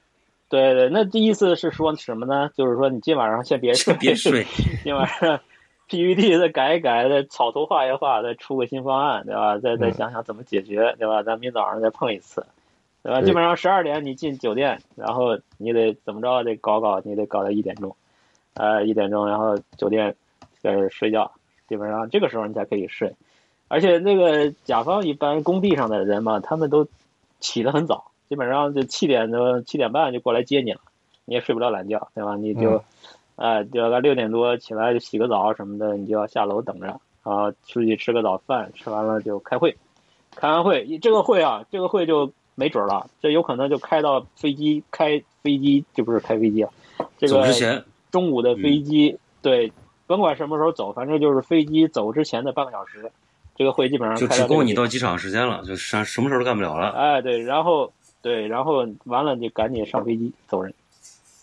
对对，那这意思是说什么呢？就是说你今晚上先别睡，
别睡，
今晚上 PPT 再改一改，再草图画一画，再出个新方案，对吧？再再
嗯
想想怎么解决，对吧？咱明早上再碰一次，对吧？
对
基本上十二点你进酒店，然后你得怎么着得搞搞，你得搞到一点钟，呃，一点钟，然后酒店开始睡觉，基本上这个时候你才可以睡。而且那个甲方一般工地上的人嘛，他们都起得很早，基本上就七点多、七点半就过来接你了，你也睡不了懒觉，对吧？你就
嗯
啊，就到六点多起来就洗个澡什么的，你就要下楼等着，然后出去吃个早饭，吃完了就开会，开完会这个会啊，这个会就没准儿了，这有可能就开到飞机开飞机，这不是开飞机啊， 这
走
个
之前，嗯
中午的飞机，对，甭管什么时候走，反正就是飞机走之前的半个小时，这个会基本上
就
开
只
到这
够
个
你
地方
到机场时间了，就啥什么事儿都干不了了。
哎，对，然后对，然后完了就赶紧上飞机走人，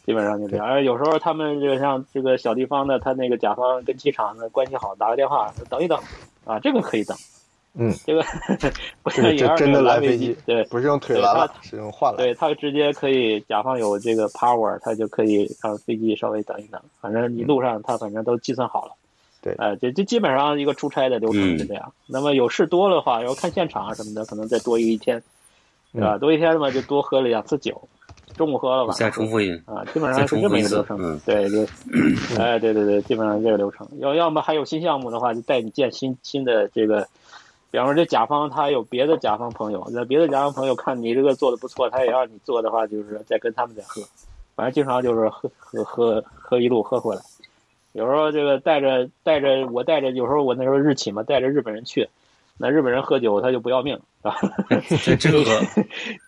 基本上就这样。而有时候他们就像这个小地方的，他那个甲方跟机场的关系好，打个电话等一等，啊，这个可以等，
嗯，
这个 不
这
像
个真
也
真的
来
来飞
机
机，
对，
不是用腿拦了，是用换了。
对他直接可以，甲方有这个 power，他就可以让飞机稍微等一等，反正一路上他反正都计算好了。
对
呃，这这基本上一个出差的流程是这样。那么有事多的话，要看现场啊什么的，可能再多一天，对吧？多一天嘛，就多喝了两次酒，中午喝了吧，
再重复 一遍，
啊，基本上
再
是
嗯重
这
复
么
一
个
次
流程。
嗯
对对， 哎，对对对，基本上这个流程。要要么还有新项目的话，就带你见新新的这个，比方说这甲方他有别的甲方朋友，那别的甲方朋友看你这个做的不错，他也让你做的话，就是再跟他们再喝，反正经常就是喝喝喝喝一路喝回来。有时候这个带着带着我带着，有时候我那时候日企嘛，带着日本人去，那日本人喝酒他就不要命，是吧？
这真喝，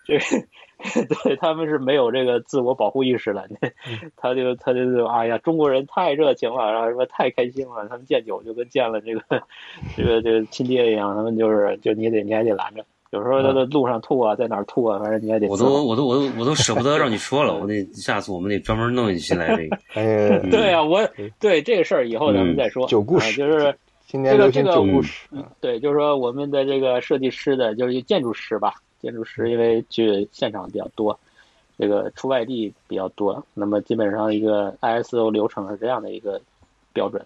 这个对他们是没有这个自我保护意识的， 他就他就哎呀，中国人太热情了，然后什么太开心了，他们见酒就跟见了这个 这个这个亲爹一样，他们就是就你得你还得拦着，有时候他在路上吐啊，在哪儿吐啊，反正你还得
我都我都我都我都舍不得让你说了，我得下次我们得专门弄一期来这个。
哎，
对啊，我对这个事儿以后咱们再说。啊
酒故事
就是
今年流行酒故事，
对，就是说我们的这个设计师的，就是建筑师吧。建筑
嗯
师因为去现场比较多，这个出外地比较多，那么基本上一个 ISO 流程是这样的一个标准，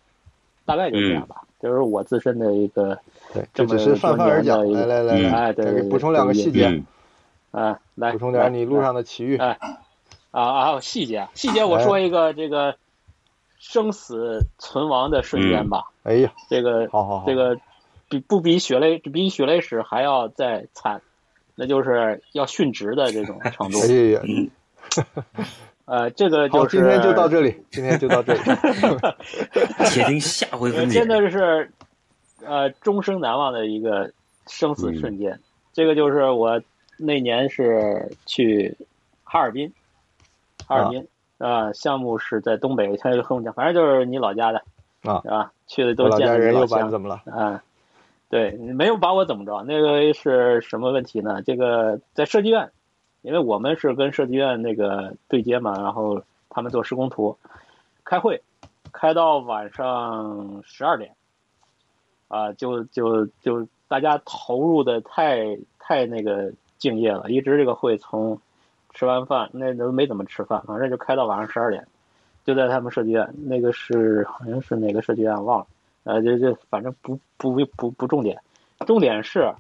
大概就这样吧。
嗯
就是我自身的一个
对，
这
这
么
只是泛泛而讲。来来来来，
哎， 对，
嗯补充两个细节，
啊，来
补充点你路上哎的奇遇。
哎，啊啊，细节，细节，我说一个这个生死存亡的瞬间吧。
哎呀，
这个
好好好，
这个比不比血泪比血泪史还要再惨。那就是要殉职的这种程度。
哎呀，
呃，这个
好，
就是
今天就到这里，今天就到这里。
铁定下回分解。
真的是，呃，终生难忘的一个生
嗯
死瞬间。这个就是我那年是去哈尔滨，哈尔滨啊、呃，项目是在东北，现在就很讲，反正就是你老家的
啊
啊，去的都
我老
见
家
了
人
老
又
乡
搬怎么了？
啊，对，没有把我怎么着。那个是什么问题呢？这个在设计院，因为我们是跟设计院那个对接嘛，然后他们做施工图，开会，开到晚上十二点，啊，就就就大家投入的太太那个敬业了，一直这个会从吃完饭那都没怎么吃饭，反正就开到晚上十二点，就在他们设计院，那个是好像是哪个设计院忘了。呃，这这反正不不不不重点，重点是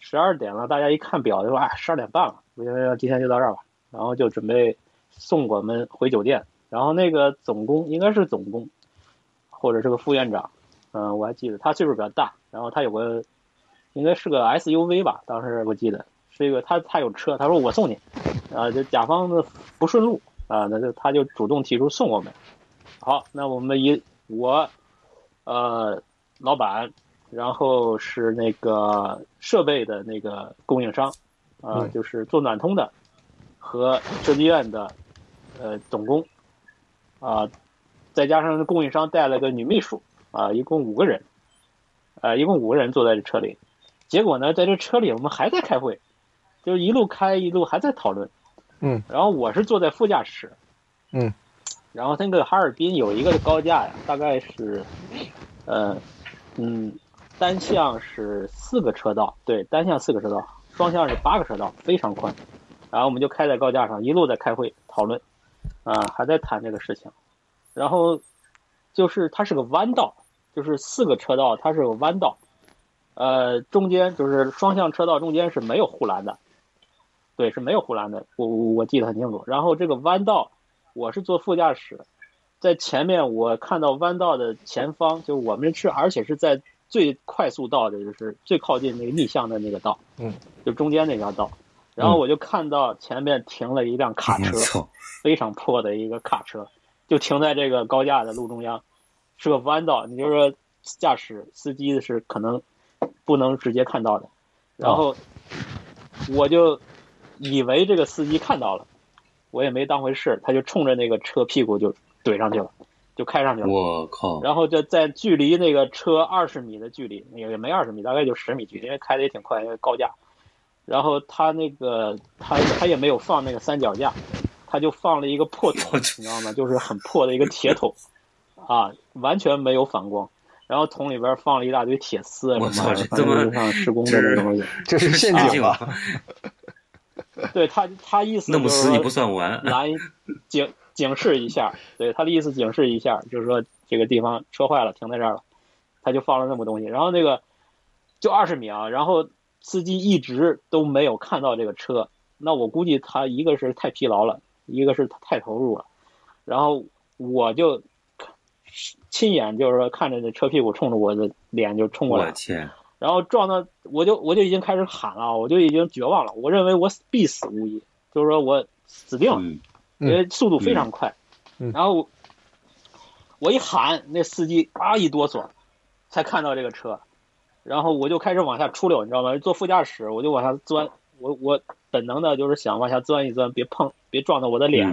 十二点了，大家一看表就说啊，十二点半了，不行，今天就到这儿吧，然后就准备送我们回酒店。然后那个总工应该是总工，或者是个副院长，嗯、我还记得他岁数比较大，然后他有个应该是个 SUV 吧，当时我记得是一个他他有车，他说我送你，啊、就甲方的不顺路啊、那就他就主动提出送我们。好，那我们一我呃，老板，然后是那个设备的那个供应商，啊、
嗯
就是做暖通的和设计院的呃总工，啊、再加上供应商带了个女秘书，啊、一共五个人，呃，一共五个人坐在这车里。结果呢，在这车里我们还在开会，就是一路开一路还在讨论。
嗯，
然后我是坐在副驾驶。
嗯，
然后那个哈尔滨有一个高架呀，大概是，呃，嗯，单向是四个车道，对，单向四个车道，双向是八个车道，非常宽。然后我们就开在高架上，一路在开会讨论，啊、还在谈这个事情。然后就是它是个弯道，就是四个车道，它是个弯道，呃，中间就是双向车道中间是没有护栏的，对，是没有护栏的，我我我记得很清楚。然后这个弯道，我是坐副驾驶，在前面我看到弯道的前方，就我们是而且是在最快速道的，就是最靠近那个逆向的那个道，
嗯，
就中间那条道。然后我就看到前面停了一辆卡车，
我操！
非常破的一个卡车，就停在这个高架的路中央，是个弯道，你就说驾驶司机是可能不能直接看到的。然后我就以为这个司机看到了，我也没当回事，他就冲着那个车屁股就怼上去了，就开上去了。
我靠！
然后就在距离那个车二十米的距离，也也没二十米，大概就十米距离，因为开的也挺快，因为高架。然后他那个他他也没有放那个三脚架，他就放了一个破桶，你知道吗？就是很破的一个铁桶，啊，完全没有反光。然后桶里边放了一大堆铁丝啊
我
什么
操
的，
这
反正
他妈
就像施工的那种东西。
这是陷
啊
阱
啊
吧？
对他他意思
弄不
就是
死你
说
不算 完。
来警警示一下，对他的意思警示一下，就是说这个地方车坏了，停在这儿了，他就放了那么东西，然后那个就二十米啊，然后司机一直都没有看到这个车，那我估计他一个是太疲劳了，一个是他太投入了，然后我就亲眼就是说看着这车屁股冲着我的脸就冲过来哎
我
了，
天！
然后撞到我就我就已经开始喊了，我就已经绝望了，我认为我死必死无疑，就是说我死定了。
嗯，
嗯
因为速度非常快。
嗯
然后我我一喊，那司机啊一哆嗦，才看到这个车，然后我就开始往下出溜，你知道吗？坐副驾驶我就往下钻，我我本能的就是想往下钻一钻，别碰，别撞到我的脸，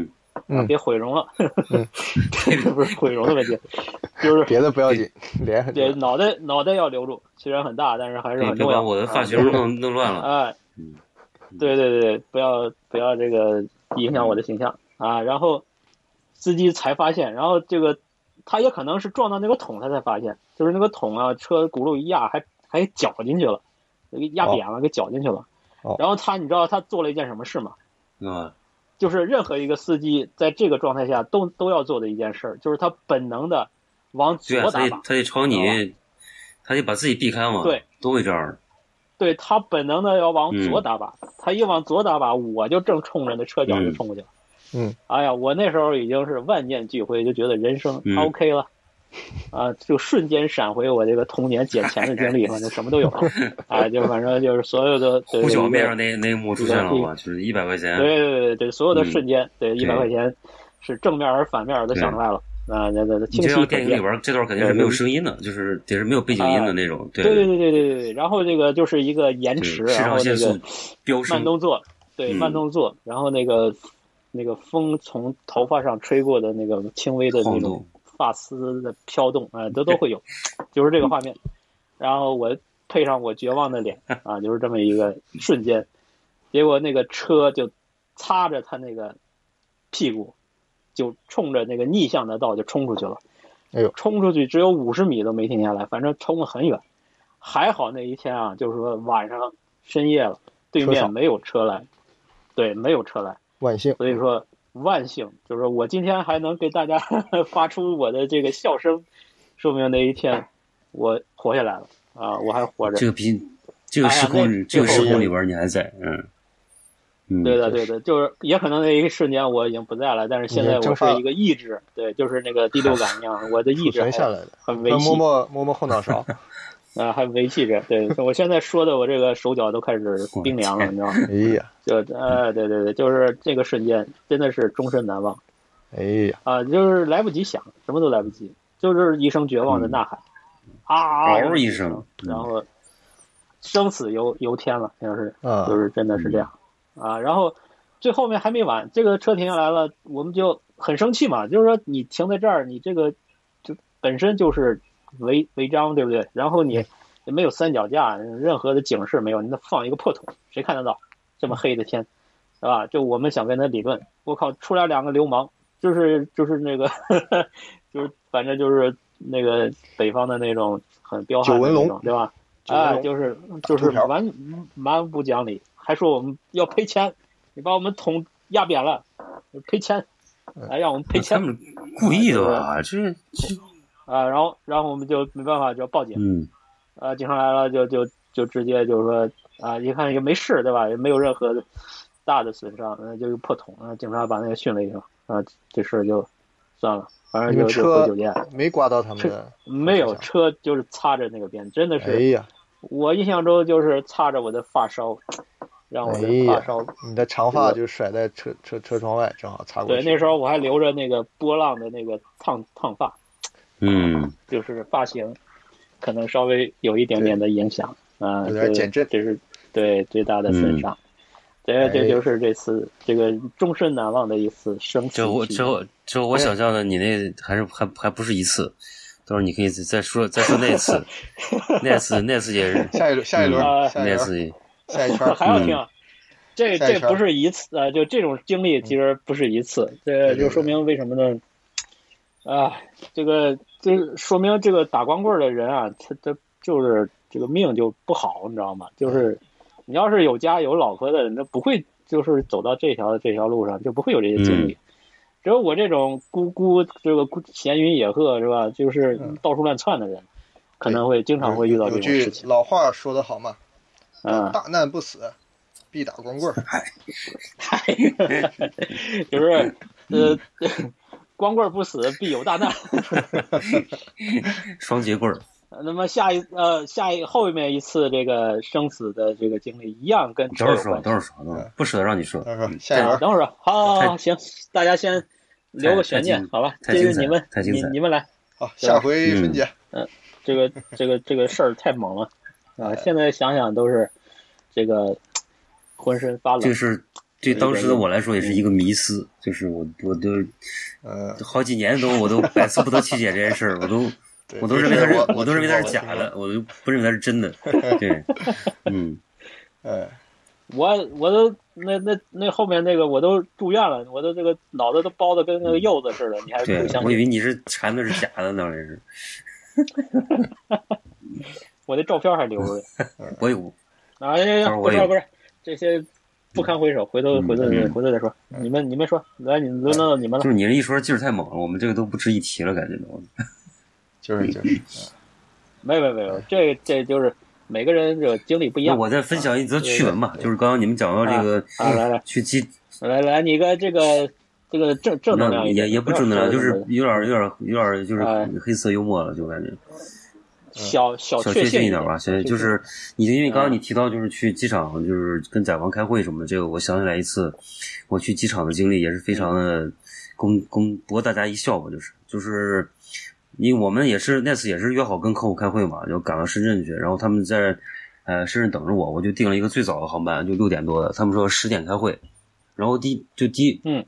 嗯，
嗯
别毁容了。
嗯
这不是毁容的问题， 就是
别的不要紧，脸很
对
大。
脑袋脑袋要留住，虽然很大，但是还是
别
很
别
重
把
要。
我的发型弄弄乱了。
哎，
嗯
对对对，不要不要这个影响我的形象啊。然后司机才发现，然后这个他也可能是撞到那个桶，他才发现，就是那个桶啊，车轱辘一压还还绞进去了，给压扁了，给绞进去了
哦。
然后他，你知道他做了一件什么事吗？
嗯，
就是任何一个司机在这个状态下都都要做的一件事儿，就是他本能的往
对啊，
左
他
打
得
把，
他得朝你，他得把自己避开嘛。
对，
都会这样。
对他本能的要往
嗯
左打把，他一往左打把，我就正冲着那车脚就
嗯
冲过去了。
嗯，
哎呀，我那时候已经是万念俱灰，就觉得人生
嗯
OK 了，啊，就瞬间闪回我这个童年捡钱的经历，反正什么都有了，啊，就反正就是所有的对
胡
对
小
对
面上那那一幕出现了嘛，就是一百块钱。
对对对对，所有的
嗯
瞬间，对一百
对
块钱是正面还是反面儿都想出来了，啊，那那那
你
清
这
晰
张
可
电影里
见。
边这段肯定是没有声音的，就是得是没有背景音的那种。对
啊对对对对对对，然后这个就是一个延
对，
迟，啊
肾
然后
上
那
腺
个
素飙升
慢。动作，对，
嗯
慢动作，然后那个那个风从头发上吹过的那个轻微的那
晃
种
动
发丝的飘动啊、都都会有，就是这个画面。然后我配上我绝望的脸啊，就是这么一个瞬间，结果那个车就擦着他那个屁股，就冲着那个逆向的道就冲出去了。
哎呦
冲出去只有五十米都没停下来，反正冲了很远。还好那一天啊，就是说晚上深夜了，对
车少
面没有车来，对，没有车来，
万幸，
所以说万幸，就是说我今天还能给大家 发出我的这个笑声，说明那一天我活下来了啊，我还活着
这。个比这个时
哎呀
空
那
里，这个
最后
时
一
空里边你还在，嗯，嗯，
对的，对的，就是也可能那一个瞬间我已经不在了，但是现在我是一个意志，对，就是那个第六感一样，我的意
储
志
存
还
下来的。
很维
那摸
系
摸摸摸后脑勺，
啊，还维系着。对我现在说的，我这个手脚都开始冰凉了，你知道吗？
哎呀，
就呃，对对对，就是这个瞬间真的是终身难忘
哎呀，
啊，就是来不及想，什么都来不及，就是一声绝望的呐喊，啊，
嗯嗷一声，
然后生死由由天了，像是
啊
就，是真的是这样
嗯
啊。然后最后面还没完，这个车停下来了，我们就很生气嘛，就是说你停在这儿，你这个就本身就是违违章，对不对？然后
嗯
你也没有三脚架，任何的警示没有，你那放一个破桶，谁看得到？这么黑的天，是吧？就我们想跟他理论，我靠，出来两个流氓，就是就是那个， 就是反正就是那个北方的那种很彪悍的
九纹
那种
龙，
对吧？
九纹
哎，
龙
就是就是
秃瓢
完蛮不讲理，还说我们要赔钱，你把我们桶压扁了，赔钱，
嗯
哎，让我们赔
嗯他
钱
们故意的吧？这这，
啊、然后然后我们就没办法就报警，
嗯，
啊，警察来了就就就直接就是说啊、一看也没事对吧？也没有任何大的损伤，呃，就是破桶，啊，警察把那个训了一声，啊、这事儿就算了，反正
你
就
们
就回
车
酒店，
没刮到他们的，
没有
车
车就是擦着那个边，真的是
哎呀，
我印象中就是擦着我的发梢，让我
哎
的发梢。
你的长发就甩在车车车窗外，正好擦过
对，
去。
那时候我还留着那个波浪的那个烫烫发，
嗯，
就是发型，可能稍微有一点点的影响啊。
有
这
点减震嗯
这是对最大的损伤。对，这
哎
就是这次这个终身难忘的一次生死
这我
体
这我这
哎
我想象的，你那还是还还不是一次，到时候你可以再说再说 那次，那次那次也是，
下一轮，下一
嗯
轮，下一
那
轮，
次 也
下一
还
圈，
要听啊。这
嗯下一
这
圈
不是一次啊，就这种经历其实不是一次，这
对对
就说明为什么呢？啊，这个这说明这个打光棍的人啊，他他就是这个命就不好，你知道吗？
嗯
就是你要是有家有老婆的，那不会就是走到这条这条路上，就不会有这些经
嗯
历。只有我这种孤孤这个孤闲云野鹤是吧？就是
嗯
到处乱窜的人，可能会经常会遇到这
有
种事
句
情。
老话说得好嘛，
嗯，
大难不死，必打光棍儿。
就是呃，
嗯
光棍不死必有大难。
双节棍儿，
那么下一呃下一后面一次这个生死的这个经历一样跟车
等
有
会儿
关
说，
系。
等会儿说，等会
嗯
儿不舍得让你说，
他说下一
啊
轮，
等会儿啊，好好好，
太
行，大家先留个悬
太
念
精，
好吧？
太
这
精
是
彩
你们
太精
你
彩
你们来，
好，下回春节，
这个
呃
这个这个事儿太猛了啊！现在想想都是这个浑身发冷。
这是对当时的我来说也是一个迷思，就是我我都
呃，
好几年都我都百思不得其解这件事儿，我都
对
我都认为它
这个
是
我
我都认为它是
我
假
听过
的，我都不认为它是真的。对，嗯，
哎，
我我都那那那后面那个我都住院了，我都这个脑袋都包的跟那个柚子似的，你还
嗯对
不相
我以
信？
为你是馋的是假的，当然是
我的照片还留着。
我有
啊，呀呀
当然我
不
有
是不是，这些不堪回首，回头
嗯
回头
嗯
回头再说。你们你们说，来，你轮到你们
就
了。
是你这一说劲儿太猛了，我们这个都不值一提了，感觉都。
就是就是，
没有没有没有，这这就是每个人这个经历不一
那
样。
我再分享一则趣闻吧，就是刚刚你们讲到这个
啊啊来来
去机
来来，你个这个这个正正能量一点啊
也也不
要
正能量，
说
就是
那么
有点儿有点儿有点儿就是
哎
黑色幽默了，就感觉
小小
嗯小
确
幸
幸嗯
一点吧。现在就是你因为刚刚你提到就是去机场就是跟展王开会什么的，这个我想起来一次我去机场的经历也是非常
嗯
的公公博大家一笑吧，就是就是。因为我们也是那次也是约好跟客户开会嘛，就赶到深圳去，然后他们在呃深圳等着我，我就订了一个最早的航班，就六点多的，他们说十点开会，然后第就第
嗯，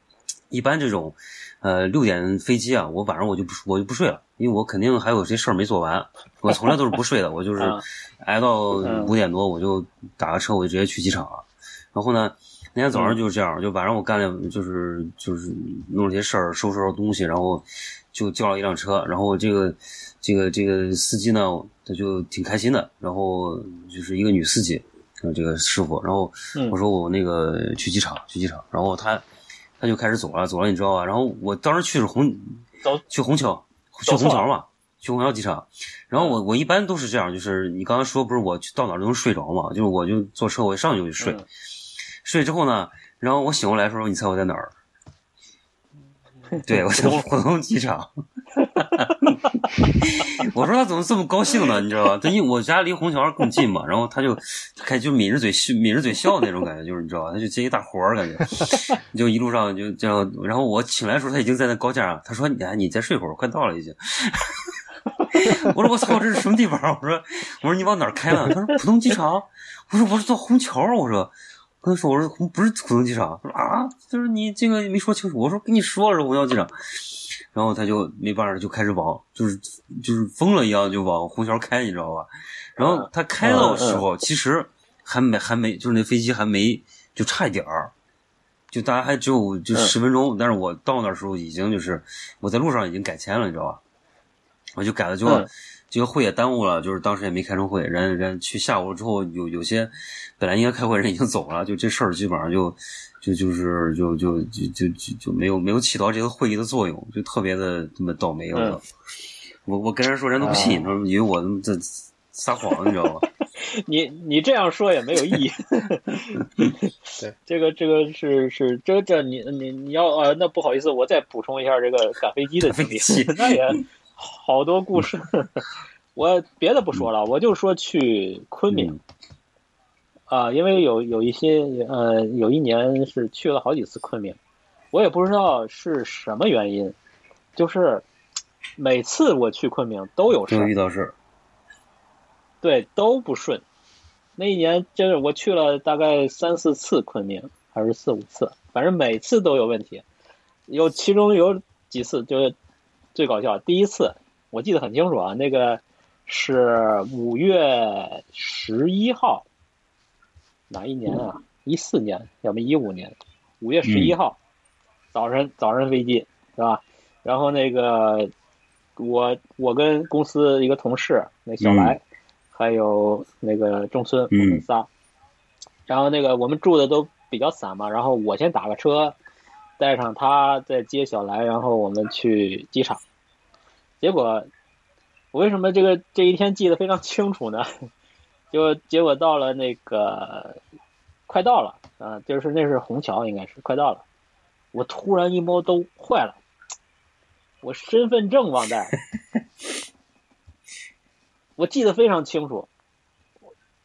一般这种呃六点飞机啊，我晚上我就不我就不睡了，因为我肯定还有些事儿没做完，我从来都是不睡的，我就是
啊
挨到
嗯
五点多我就打个车我就直接去机场了，然后呢。那天早上就是这样，就晚上我干了，就是就是弄了些事儿，收拾收拾东西，然后就叫了一辆车，然后这个这个这个司机呢，他就挺开心的，然后就是一个女司机，呃这个师傅，然后
嗯
我说我那个去机场，去机场，然后他他就开始走了，走了你知道吧？然后我当时去是虹，
走
去虹桥，去
走错
虹
了嗯
桥嘛，去虹桥机场。然后我我一般都是这样，就是你刚刚说不是我去到哪儿都能睡着嘛，就是我就坐车我一上去我就睡，
嗯
睡之后呢，然后我醒过来的时候，你猜我在哪儿？对，我在浦东机场。 我说他怎么这么高兴呢？你知道吧？他因为我家离虹桥更近嘛，然后他就开就抿着嘴笑，抿着嘴笑那种感觉，就是你知道吧？他就接一大活儿感觉，就一路上就这样。然后我醒来的时候，他已经在那高架上，他说：“你哎，你再睡会儿，快到了已经。”我说：“我操，这是什么地方？”啊我说：“我说你往哪儿开呢？”他说：“浦东机场。”我说：“我是到虹桥。”啊我说。跟他说，我说不是浦东机场，他说啊，就是你这个没说清楚。我说跟你说了是虹桥机场，然后他就那帮人就开始往就是就是疯了一样就往虹桥开，你知道吧？然后他开到的时
嗯
候，其实还没还没就是那飞机还没就差一点儿，就大家还只有
嗯
就十分钟，但是我到那时候已经就是我在路上已经改签了，你知道吧？我就改了，结果
嗯
这个会也耽误了，就是当时也没开成会，人人去下午之后有有些本来应该开会人已经走了，就这事儿基本上就就就是就就就就就就没有没有起到这个会议的作用，就特别的这么倒霉，我
嗯
我我跟人说人都不信，他们以为我他妈在撒谎，你知道吗？
你你这样说也没有意义。
对，
这个这个是是这这你你你要呃，那不好意思，我再补充一下这个赶飞机的经历
赶飞机，
那也好多故事。 我别的不说了，我就说去昆明
嗯
啊，因为有有一些呃，有一年是去了好几次昆明，我也不知道是什么原因，就是每次我去昆明都有事
就
儿
遇。到事儿，
对，都不顺。那一年真是我去了大概三四次昆明，还是四五次，反正每次都有问题。有其中有几次就是最搞笑，第一次我记得很清楚啊，那个是五月十一号，哪一年啊？一四年，要么一五年，五月十一号、早晨早晨飞机是吧？然后那个我我跟公司一个同事那小来，还有那个仲孙，我们仨。然后那个我们住的都比较散嘛，然后我先打个车，带上他，再接小来，然后我们去机场。结果我为什么这个这一天记得非常清楚呢？就结果到了那个快到了啊，就是那是虹桥，应该是快到了。我突然一摸兜坏了，我身份证忘带了。我记得非常清楚，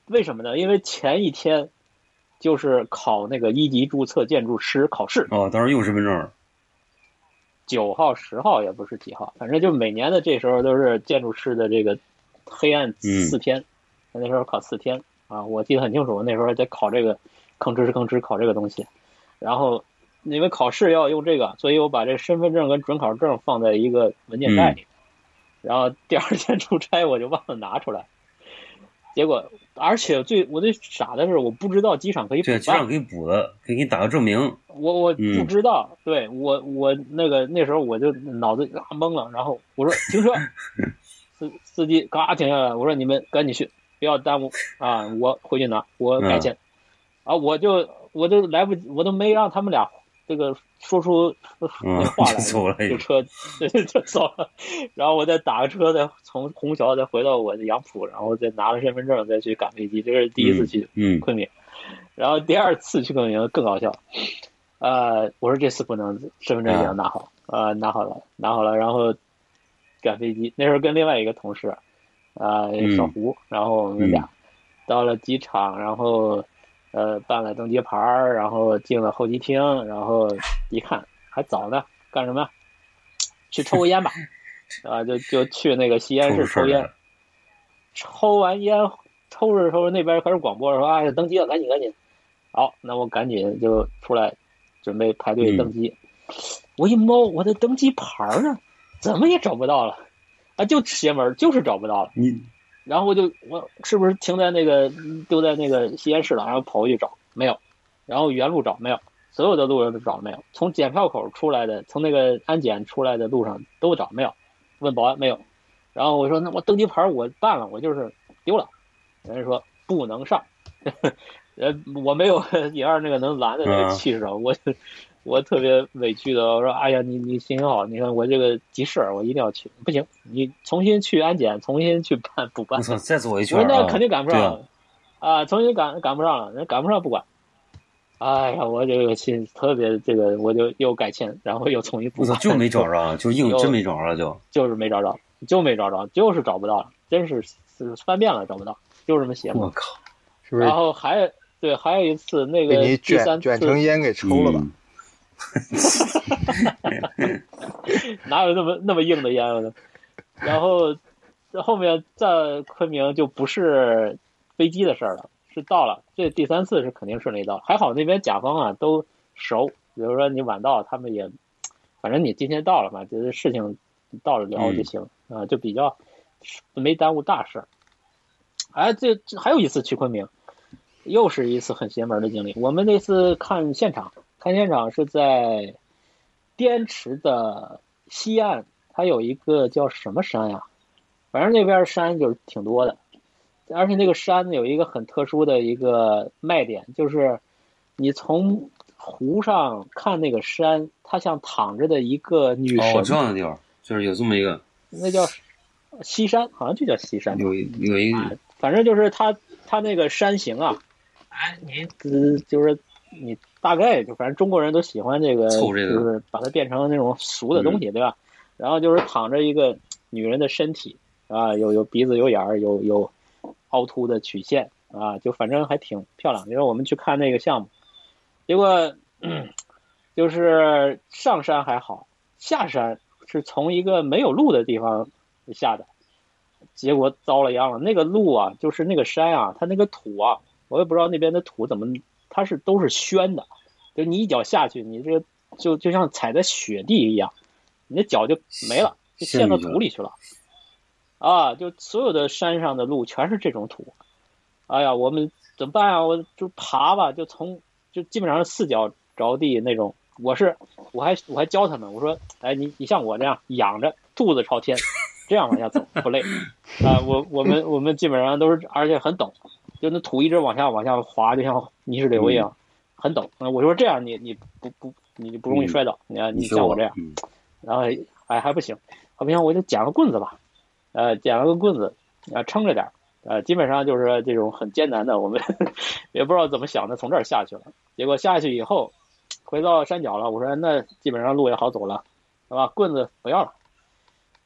为什么呢？因为前一天就是考那个一级注册建筑师考试，
哦，当时用身份证儿，
九号、十号也不是几号，反正就每年的这时候都是建筑师的这个
嗯
黑暗四天，那时候考四天啊，我记得很清楚，我那时候在考这个吭哧吭哧考这个东西，然后因为考试要用这个，所以我把这身份证跟准考证放在一个文件袋里，
嗯
然后第二天出差我就忘了拿出来，结果而且最我最傻的是我不知道机场可以补
对，机
办
场，给补的，可以给你打个证明。
我我
嗯
不知道，对我我那个那时候我就脑子啊懵了，然后我说停 车，司司机嘎停下来，我说你们赶紧去，不要耽误啊，我回去拿，我
嗯
改签，啊我就我就来不及，我都没让他们俩这个说出
嗯
那话，来，
就走了已
就
经。
车 就走了，然后我再打个车，再从虹桥再回到我的杨浦，然后再拿了身份证再去赶飞机，这是第一次去
嗯，
昆明，然后第二次去昆明更搞笑，呃，我说这次不能身份证
啊
已经拿好，呃，拿好了，拿好了，然后赶飞机，那时候跟另外一个同事，呃，
嗯
小胡，然后我们俩、到了机场，然后呃办了登机牌儿，然后进了候机厅，然后一看还早呢，干什么呀？去抽个烟 吧，啊，就就去那个吸烟
出
室
事儿
抽烟
了。。
抽完烟，抽着抽着，那边开始广播说：“哎，登机了，赶紧赶紧！”好，那我赶紧就出来，准备排队登机。我一摸我的登机牌儿呢，怎么也找不到了，啊，就邪门儿，就是找不到了。
你
然后我就我是不是停在那个丢在那个吸烟室了？然后跑回去找，没有。然后原路找没有，所有的路上都找没有。从检票口出来的，从那个安检出来的路上都找没有，问保安没有。然后我说那我登机牌我办了，我就是丢了。人家说不能上， 呃，我没有野二那个能拦的那个气势，我我特别委屈的，我说哎呀，你你行好，你看我这个急事儿，我一定要去，不行，你重新去安检，重新去办补办
我。操，再走一圈
我
儿
说
啊！
那肯定赶不上
对啊
了，啊，重新赶赶不上了，那赶不上不管。哎呀，我这个心特别这个，我就又改签，然后又重新补
我操，
办，
就没找着，啊就硬
有
真没找着，就
就是没找着，就没找着，就是找不到了，真是是翻遍了找不到，就是这么邪
我
门。
靠，
是不是
然后还对，还有一次那
被
个
你
第
卷
三
卷
次
成烟给抽了吧？
嗯
哪有那么那么硬的烟啊？然后后面在昆明就不是飞机的事儿了，是到了。这第三次是肯定顺利到了，还好那边甲方啊都熟，比如说你晚到，他们也反正你今天到了嘛，就是事情到了聊就行啊、就比较没耽误大事儿。哎，这这还有一次去昆明，又是一次很邪门的经历。我们那次看现场，看现场是在滇池的西岸，它有一个叫什么山呀、反正那边山就是挺多的，而且那个山有一个很特殊的一个卖点，就是你从湖上看那个山，它像躺着的一个女
哦，我知
神，
道那地方，就是有这么一个，
那叫西山，好像就叫西山吧。
有一有一个，
反正就是它它那个山形啊，哎，你呃就是你大概就反正中国人都喜欢这个，
凑这个嗯
就是把它变成那种俗的东西，对吧？然后就是躺着一个女人的身体啊，有有鼻子有眼儿，有有凹凸的曲线啊，就反正还挺漂亮。因为我们去看那个项目，结果、嗯就是上山还好，下山是从一个没有路的地方下的，结果遭了殃了。那个路啊，就是那个山啊，它那个土啊，我也不知道那边的土怎么，它是都是宣的，就你一脚下去，你这个就就像踩在雪地一样，你的脚就没了，就陷到土里去了。啊，就所有的山上的路全是这种土。哎呀，我们怎么办啊？我就爬吧，就从就基本上是四脚着地那种。我是我还我还教他们，我说，哎，你你像我这样仰着肚子朝天，这样往下走不累。啊、我我们我们基本上都是，而且很陡，就那土一直往下往下滑，就像泥石流一样，很陡。那我说这样你你不不你不容易摔倒，你看
你
你
学
像我这样，
嗯
然后哎还不行，还不行我就捡个棍子吧，呃捡了个棍子啊、撑着点儿，呃基本上就是这种很艰难的，我们 也不知道怎么想的，从这儿下去了。结果下去以后，回到山脚了，我说那基本上路也好走了，是吧？棍子不要了，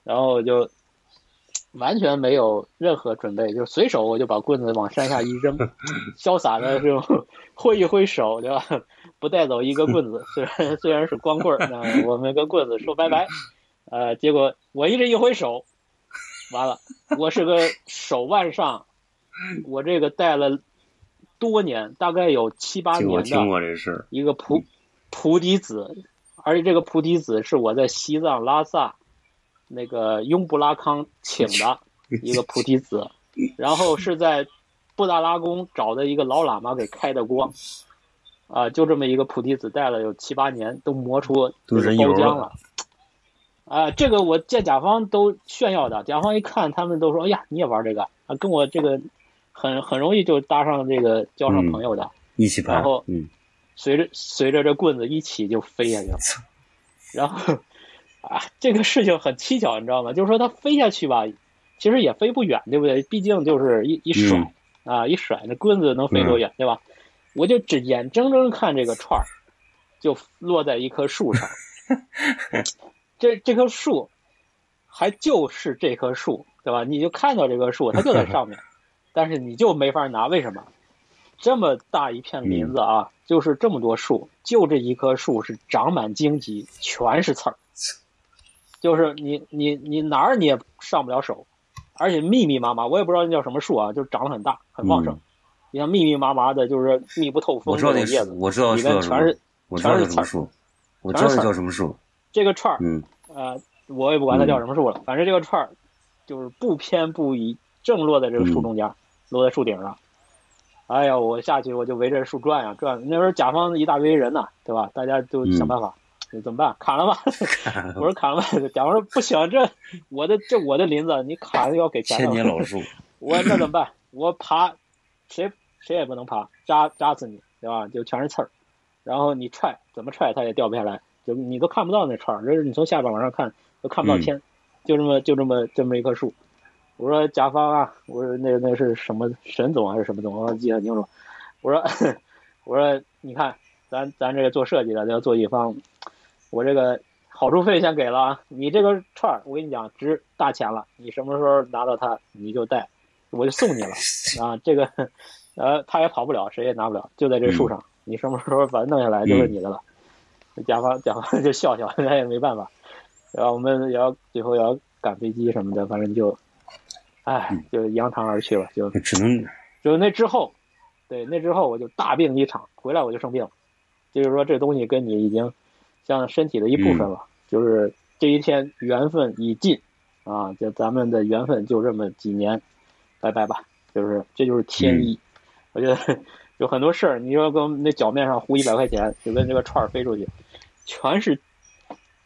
然后我就完全没有任何准备，就随手我就把棍子往山下一扔，潇洒的这种挥一挥手，对吧？不带走一个棍子，虽然虽然是光棍儿，那我们跟棍子说拜拜。呃，结果我一这一挥手，完了，我是个手腕上，我这个带了多年，大概有七八
这个我
年
听
的
过这事儿，
一个
嗯
菩菩提子，而且这个菩提子是我在西藏拉萨那个雍布拉康请 的一个菩提子，然后是在布达拉宫找的一个老喇嘛给开的光。啊，就这么一个菩提子戴了有七八年，都磨出这
都
个
人
包
油
浆
了
了。啊，这个我见甲方都炫耀的，甲方一看，他们都说：“哎呀，你也玩这个啊？跟我这个很很容易就搭上这个交上
嗯
朋友的。
一起拍
然后，
嗯，
随着随着这棍子一起就飞下去了。然后 啊，这个事情很蹊跷，你知道吗？就是说它飞下去吧，其实也飞不远，对不对？毕竟就是一一甩、啊，一甩那棍子能飞多远，对吧？我就只眼睁睁看这个串儿就落在一棵树上，这这棵树还就是这棵树，对吧？你就看到这棵树，它就在 上面，但是你就没法拿，为什么？这么大一片林子
嗯
啊，就是这么多树，就这一棵树是长满荆棘，全是刺儿，就是你你你哪儿你也上不了手，而且密密麻麻，我也不知道那叫什么树啊，就是长得很大，很旺盛，你像密密麻麻的，就是密不透风
嗯
这
我知道
种
那
叶
树
子，
我知道
里
是
面
叫什么
全是，
我知道
全是
那叫什么
刺
树，我
全是
知道那
刺儿
叫什么树，
这个串儿，
嗯，
呃，我也不管它叫什么树了，反正这个串儿就是不偏不倚，正落在这个树
嗯
中间，落在树顶上。哎呀，我下去我就围着树转呀、转，那时候甲方一大堆人呢、对吧？大家就
嗯
想办法，怎么办？砍了吧！ 我说砍了吧，甲方说不行，这我的这我的林子，你砍了要给钱
千年
的。
老树，
我说那怎么办？ 我爬，谁谁也不能爬，扎扎死你，对吧？就全是刺儿，然后你踹怎么踹它也掉不下来，就你都看不到那串儿，就是你从下边往上看都看不到天，就这么就这么这么一棵树。我说甲方啊，我说那那是什么沈总还是什么总，我忘记得很清楚。我说 我说你看，咱咱这个做设计的，要做乙方，我这个好处费先给了啊，你这个串儿我跟你讲值大钱了，你什么时候拿到它你就带，我就送你了啊。这个呃，他也跑不了，谁也拿不了，就在这树上，你什么时候把它弄下来就是你的了。甲方甲方就笑笑，那也没办法。然后我们也要最后也要赶飞机什么的，反正就，唉，就扬长而去了，就
只能
就那之后，对，那之后我就大病一场，回来我就生病了。就是说，这东西跟你已经像身体的一部分了，就是这一天缘分已尽啊，就咱们的缘分就这么几年，拜拜吧。就是这就是天意，
嗯
我觉得有很多事儿，你说跟那脚面上糊一百块钱，就跟这个串儿飞出去，全是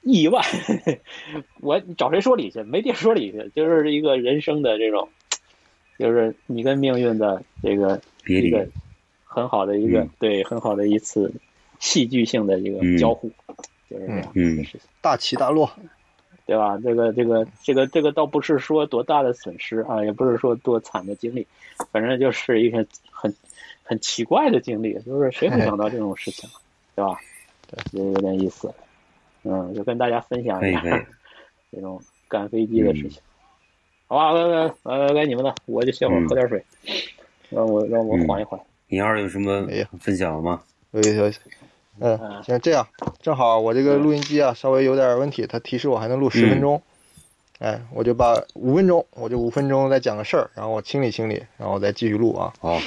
意外。 我你找谁说理去？没地儿说理去，就是一个人生的这种，就是你跟命运的这个
别
一
离。
个很好的一个、
嗯
对很好的一次戏剧性的一个
嗯
交互，就是这样
嗯
的事情，
大起大落，
对吧？这个这个这个这个倒不是说多大的损失啊，也不是说多惨的经历，反正就是一个很很奇怪的经历，就是谁会想到这种事情，啊对吧？对，有点意思，嗯，就跟大家分享一
可以可
下
以
这种赶飞机的事情。好吧，呃来来来来来，你们的，我就歇会儿
嗯
喝点水，让我让我缓一缓。
你要是有什么
哎呀
分享吗？
有一条，嗯，
嗯
行，这样正好我这个录音机啊稍微有点问题，它提示我还能录十分钟，
嗯
哎，我就把五分钟，我就五分钟再讲个事儿，然后我清理清理，然后我再继续录啊。
好，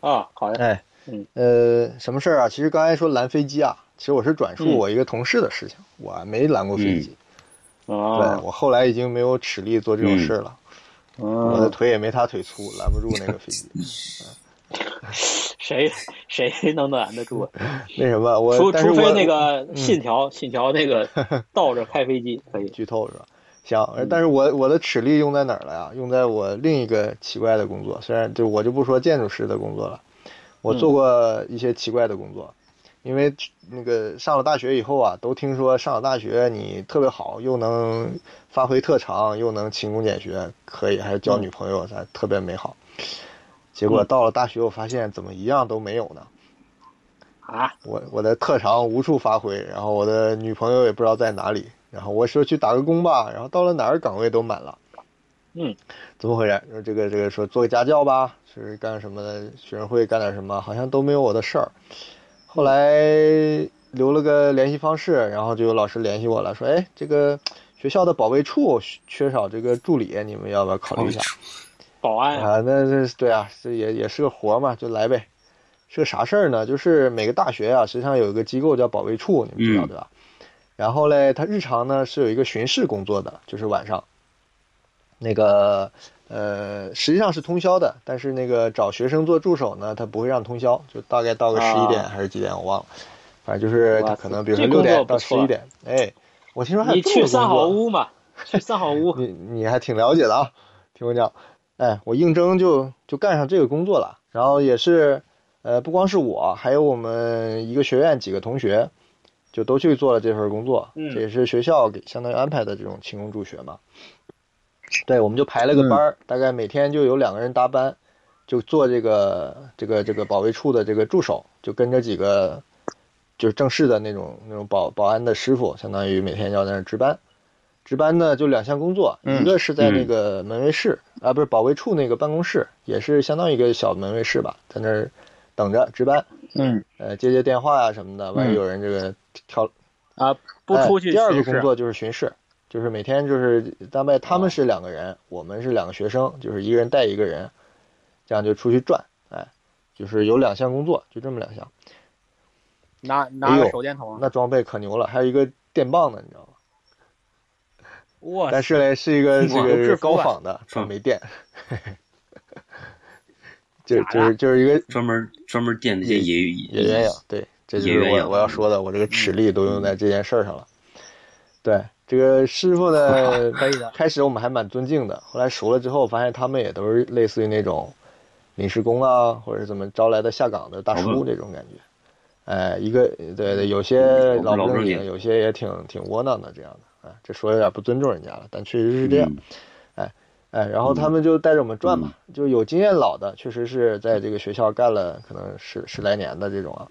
啊，好的，
哎
嗯，
呃，什么事儿啊？其实刚才说拦飞机啊，其实我是转述
嗯
我一个同事的事情，我没拦过飞机，对
哎
啊，
我后来已经没有齿力做这种事儿了，我的
嗯，
腿也没他腿粗，拦不住那个飞机。
哎
谁谁能拦得住？
那什么，我
除
但是
除
我嗯
非那个信 条，信条那个倒着开飞机可以。
剧透是吧？行，而但是我我的齿力用在哪儿了呀？用在我另一个奇怪的工作，虽然就我就不说建筑师的工作了，我做过一些奇怪的工作，因为那个上了大学以后啊，都听说上了大学你特别好，又能发挥特长，又能勤工俭学，可以，还有交女朋友，还特别美好。结果到了大学，我发现怎么一样都没有呢？
啊，
我我的特长无处发挥，然后我的女朋友也不知道在哪里，然后我说去打个工吧，然后到了哪儿岗位都满了，
嗯，
怎么回事？说这个这个说做个家教吧，是干什么的？学生会干点什么？好像都没有我的事儿。后来留了个联系方式，然后就有老师联系我了，说哎，这个学校的保卫处缺少这个助理，你们要不要考虑一下？
保安
啊啊，那这对啊，这也也是个活儿嘛，就来呗。是个啥事儿呢？就是每个大学啊，实际上有一个机构叫保卫处，你们知道
嗯
对吧？然后嘞，他日常呢是有一个巡视工作的，就是晚上，那个呃，实际上是通宵的，但是那个找学生做助手呢，他不会让通宵，就大概到个十一点
啊
还是几点我忘了，反正就是
哇
他可能比如说
这
六
工作
点到
不
十
错啊
一点，哎，我听说还有
你
这么
去
个
三
工
好
作，
屋嘛，去三好屋
你你还挺了解的啊，听我讲，哎，我应征就就干上这个工作了，然后也是，呃，不光是我，还有我们一个学院几个同学，就都去做了这份工作，
嗯
这也是学校给相当于安排的这种勤工助学嘛。对，我们就排了个班儿，大概每天就有两个人搭班，就做这个这个这个保卫处的这个助手，就跟着几个就是正式的那种那种保保安的师傅，相当于每天要在那儿值班。值班呢就两项工作，
嗯
一个是在那
嗯
个门卫室、啊，不是保卫处那个办公室，也是相当于一个小门卫室吧，在那儿等着值班，
嗯
呃，接接电话呀、什么的，万一
嗯
有人这个跳
啊，不
哎
出去
第二个
巡
工
视，
作就是巡视，就是每天就是大概他们是两个人，我们是两个学生，就是一个人带一个人，这样就出去转。哎，就是有两项工作，就这么两项。
拿拿
哎
个
呦
手电筒，
那装备可牛了，还有一个电棒呢，你知道吗？
哇
但是嘞，是一个这
哇
个
制服
高
啊
仿的，它
嗯
没电。 就
咋
就
了，
是就是一个
专门专门垫那些野
也
野
鸳鸯，对，这就
也
是
鸳
我
鸯
我要说的，我这个齿力都用在这件事儿上了。对，这个师傅呢
可以的
开始我们还蛮尊敬的，后来熟了之后，发现他们也都是类似于那种临时工啊，或者是怎么招来的下岗的大
老
叔
愣
这种感觉。哎，一个对对，有些
嗯
老
老
不正
正
经，
经
有些也挺挺窝囊的这样的。啊，这说有点不尊重人家了，但确实是这样。
嗯
哎，然后他
嗯
们就带着我们转嘛，就有经验老的，确实是在这个学校干了可能十十来年的这种啊，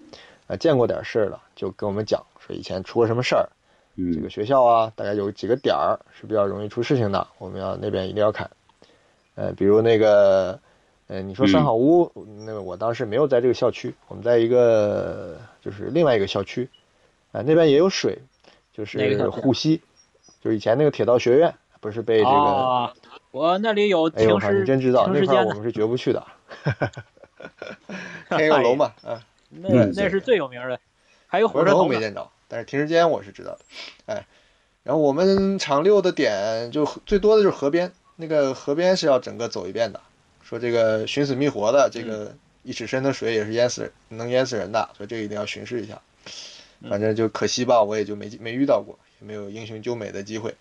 呃，见过点事儿了，就跟我们讲说以前出过什么事儿，这个
嗯
学校啊，大概有几个点儿是比较容易出事情的，我们要那边一定要看。呃，比如那个，呃，你说
嗯
三好屋，那个我当时没有在这个校区，我们在一个就是另外一个校区，啊、那边也有水，就
哪个校
是
区啊
护溪，就是以前那个铁道学院不是被这个。
啊！我那里有
哎呦，
停
我靠，你
尸，
真知道
停
那
尸
块儿
间
我
的，
们是绝不去的。天佑楼嘛，啊，
那
嗯
那是最有名的，还有
回
火车
头
头
没
呢。
见着，但是停尸间我是知道的。哎，然后我们常溜的点就最多的就是河边，那个河边是要整个走一遍的。说这个寻死觅活的，这个一尺深的水也是淹死人，能淹死人的，所以这个一定要巡视一下。反正就可惜吧，我也就没没遇到过，也没有英雄救美的机会。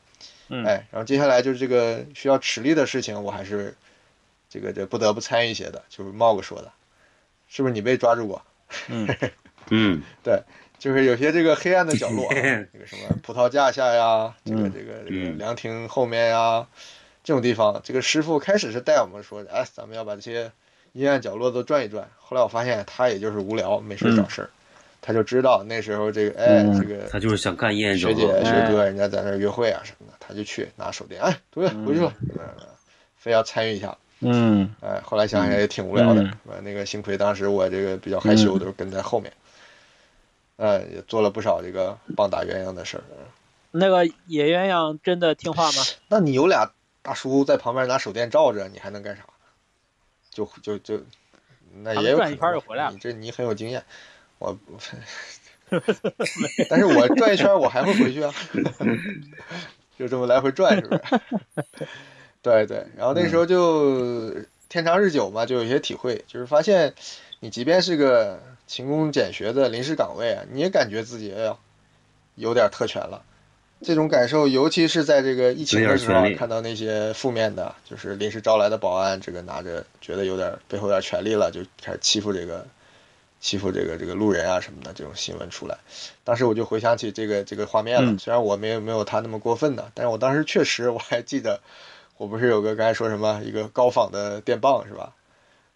嗯
哎，然后接下来就是这个需要齿力的事情，我还是这个这不得不参与一些的，就是茂哥说的，是不是你被抓住过？
嗯，
就是有些这个黑暗的角落啊、这个什么葡萄架下呀，这个这个这个
嗯
凉亭后面呀，这种地方，这个师傅开始是带我们说，哎，咱们要把这些阴暗角落都转一转。后来我发现他也就是无聊，没事儿找事儿，他就知道那时候这个哎
嗯
这个
他就是想干夜
学
生
姐、学
哎
哥，人家在那儿约会啊什么的，他就去拿手电，哎，同学回去了，呃非要参与一下。
嗯
哎，后来想想也挺无聊的，
嗯
是吧？那个幸亏当时我这个比较害羞，都是跟在后面，呃，也做了不少这个棒打鸳鸯的事儿。
那个野鸳鸯真的听 话吗？
那你有俩大叔在旁边拿手电照着，你还能干啥？就就就，那
他们
也有
转
可
一圈儿
能
就回来了
你这你很有经验， 我，但是我转一圈儿我还会回去啊， 就这么来回转是不是？ 对对，然后那时候就天长日久嘛，就有一些体会，就是发现你即便是个勤工俭学的临时岗位啊，你也感觉自己哎呀有点特权了。这种感受，尤其是在这个疫情的时候啊
有点权，利
看到那些负面的，就是临时招来的保安，这个拿着觉得有点背后有点权利了，就开始欺负这个欺负这个这个路人啊什么的这种新闻出来。当时我就回想起这个这个画面了，
嗯
虽然我没有没有他那么过分的，但是我当时确实我还记得，我不是有个刚才说什么一个高仿的电棒是吧？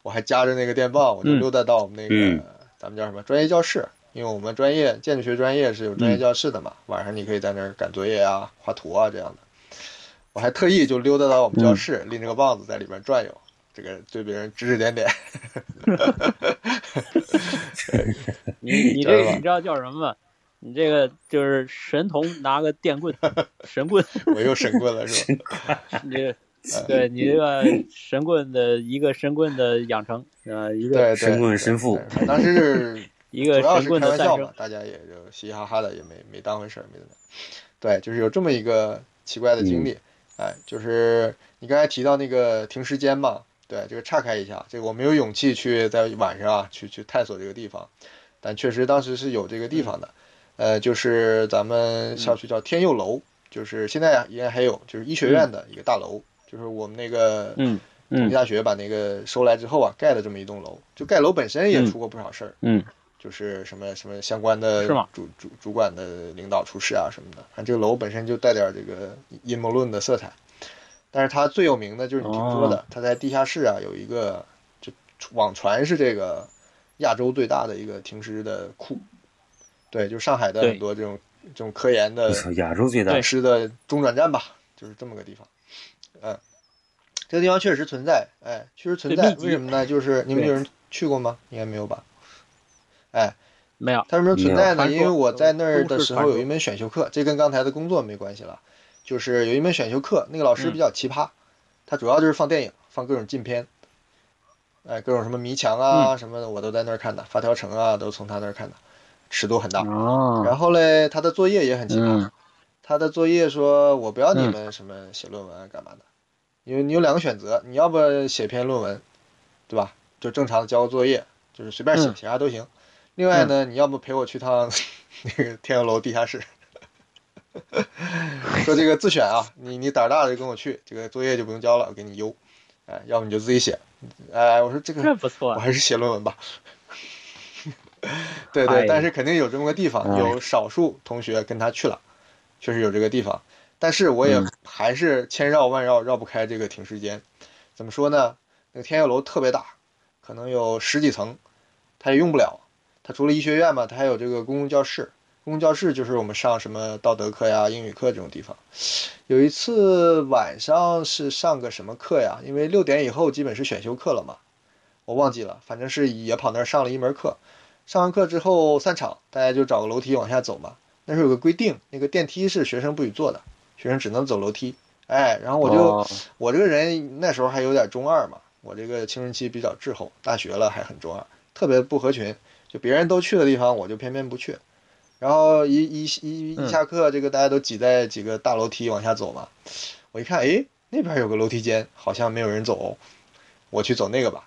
我还夹着那个电棒，我就
嗯
溜达到我们那个、
嗯
咱们叫什么专业教室，因为我们专业建筑学专业是有专业教室的嘛，晚上你可以在那儿赶作业啊、画图啊这样的。我还特意就溜达到我们教室，拎着个棒子在里边转悠，这个对别人指指点点。
你你
知道
这个
吧
你知道叫什么吗？你这个 就是神童拿个电棍，神棍，
我又神棍了是吧？
你这
呃
对你这个神棍的一个神棍的养成，啊，一个
对，
神棍
对
神父
对对当时是
一个
主要
神
是
棍
开
的
玩
诞
笑嘛
生，，
大家也就嘻嘻哈哈的，也没没当回事儿，没怎么样。对，就是有这么一个奇怪的经
嗯
历，哎，就是你刚才提到那个停尸间嘛，对，这个岔开一下，这个我没有勇气去在晚上啊去去探索这个地方，但确实当时是有这个地
嗯
方的，呃，就是咱们校区叫天佑楼，就是现在依然还有，就是医学院的一个大楼，就是我们那个
嗯
同
嗯
济大学把那个收来之后啊，盖了这么一栋楼，就盖楼本身也
嗯
出过不少事儿。
嗯
就是什么什么相关的
是吗
主主主管的领导出事啊什么的，反正这个楼本身就带点这个阴谋论的色彩。但是它最有名的就是你听说
哦
的，它在地下室啊有一个，就网传是这个亚洲最大的一个停尸的库，对，就是上海的
对
很多这种这种科研的
我操，亚洲最大
大，师的中转站吧，就是这么个地方。嗯，这个地方确实存在，哎，确实存
对
在
密。集
为什么呢？就是你们
对
有人去过吗？应该没有吧？
没有
它为什么存在呢？
没有
因为我在那儿的时
都
候
市传说
有一门选修课，这跟刚才的工作没关系了，就是有一门选修课，那个老
嗯
师比较奇葩，他主要就是放电影，放各种禁片，哎，各种什么迷
嗯
墙啊、什么的，我都在那儿看的，发条城啊都从他那儿看的，尺度很大。
哦，
然后嘞，他的作业也很奇葩，
嗯
他的作业说我不要你们什么写论文啊干嘛的，因为你有两个选择，你要不写篇论文，对吧？就正常的交个作业，就是随便写、
嗯
写啥都行。另外呢，你要不陪我去趟 那个天佑楼地下室，说这个自选啊，你你胆儿大的就跟我去，这个作业就不用交了，我给你邮，哎，要不你就自己写，哎，我说这个
这不错啊
我还是写论文吧。对
哎
对，
呀
但是肯定有这么个地方，
哎
有少数同学跟他去了，确实有这个地方。但是我
嗯
也还是千绕万绕绕不开这个停尸间。怎么说呢？那个天佑楼特别大，可能有十几层，它也用不了。它除了医学院嘛，它还有这个公共教室。公共教室就是我们上什么道德课呀、英语课这种地方。有一次晚上是上个什么课呀？因为六点以后基本是选修课了嘛，我忘记了，反正是也跑那儿上了一门课。上完课之后散场，大家就找个楼梯往下走嘛。那时候有个规定，那个电梯是学生不许坐的，学生只能走楼梯。哎，然后我就、
哦
我这个人那时候还有点中二嘛，我这个青春期比较滞后，大学了还很中二，特别不合群。就别人都去的地方，我就偏偏不去。然后一一一一
嗯
下课，这个大家都挤在几个大楼梯往下走嘛。我一看，哎，那边有个楼梯间，好像没有人走、哦，我去走那个吧。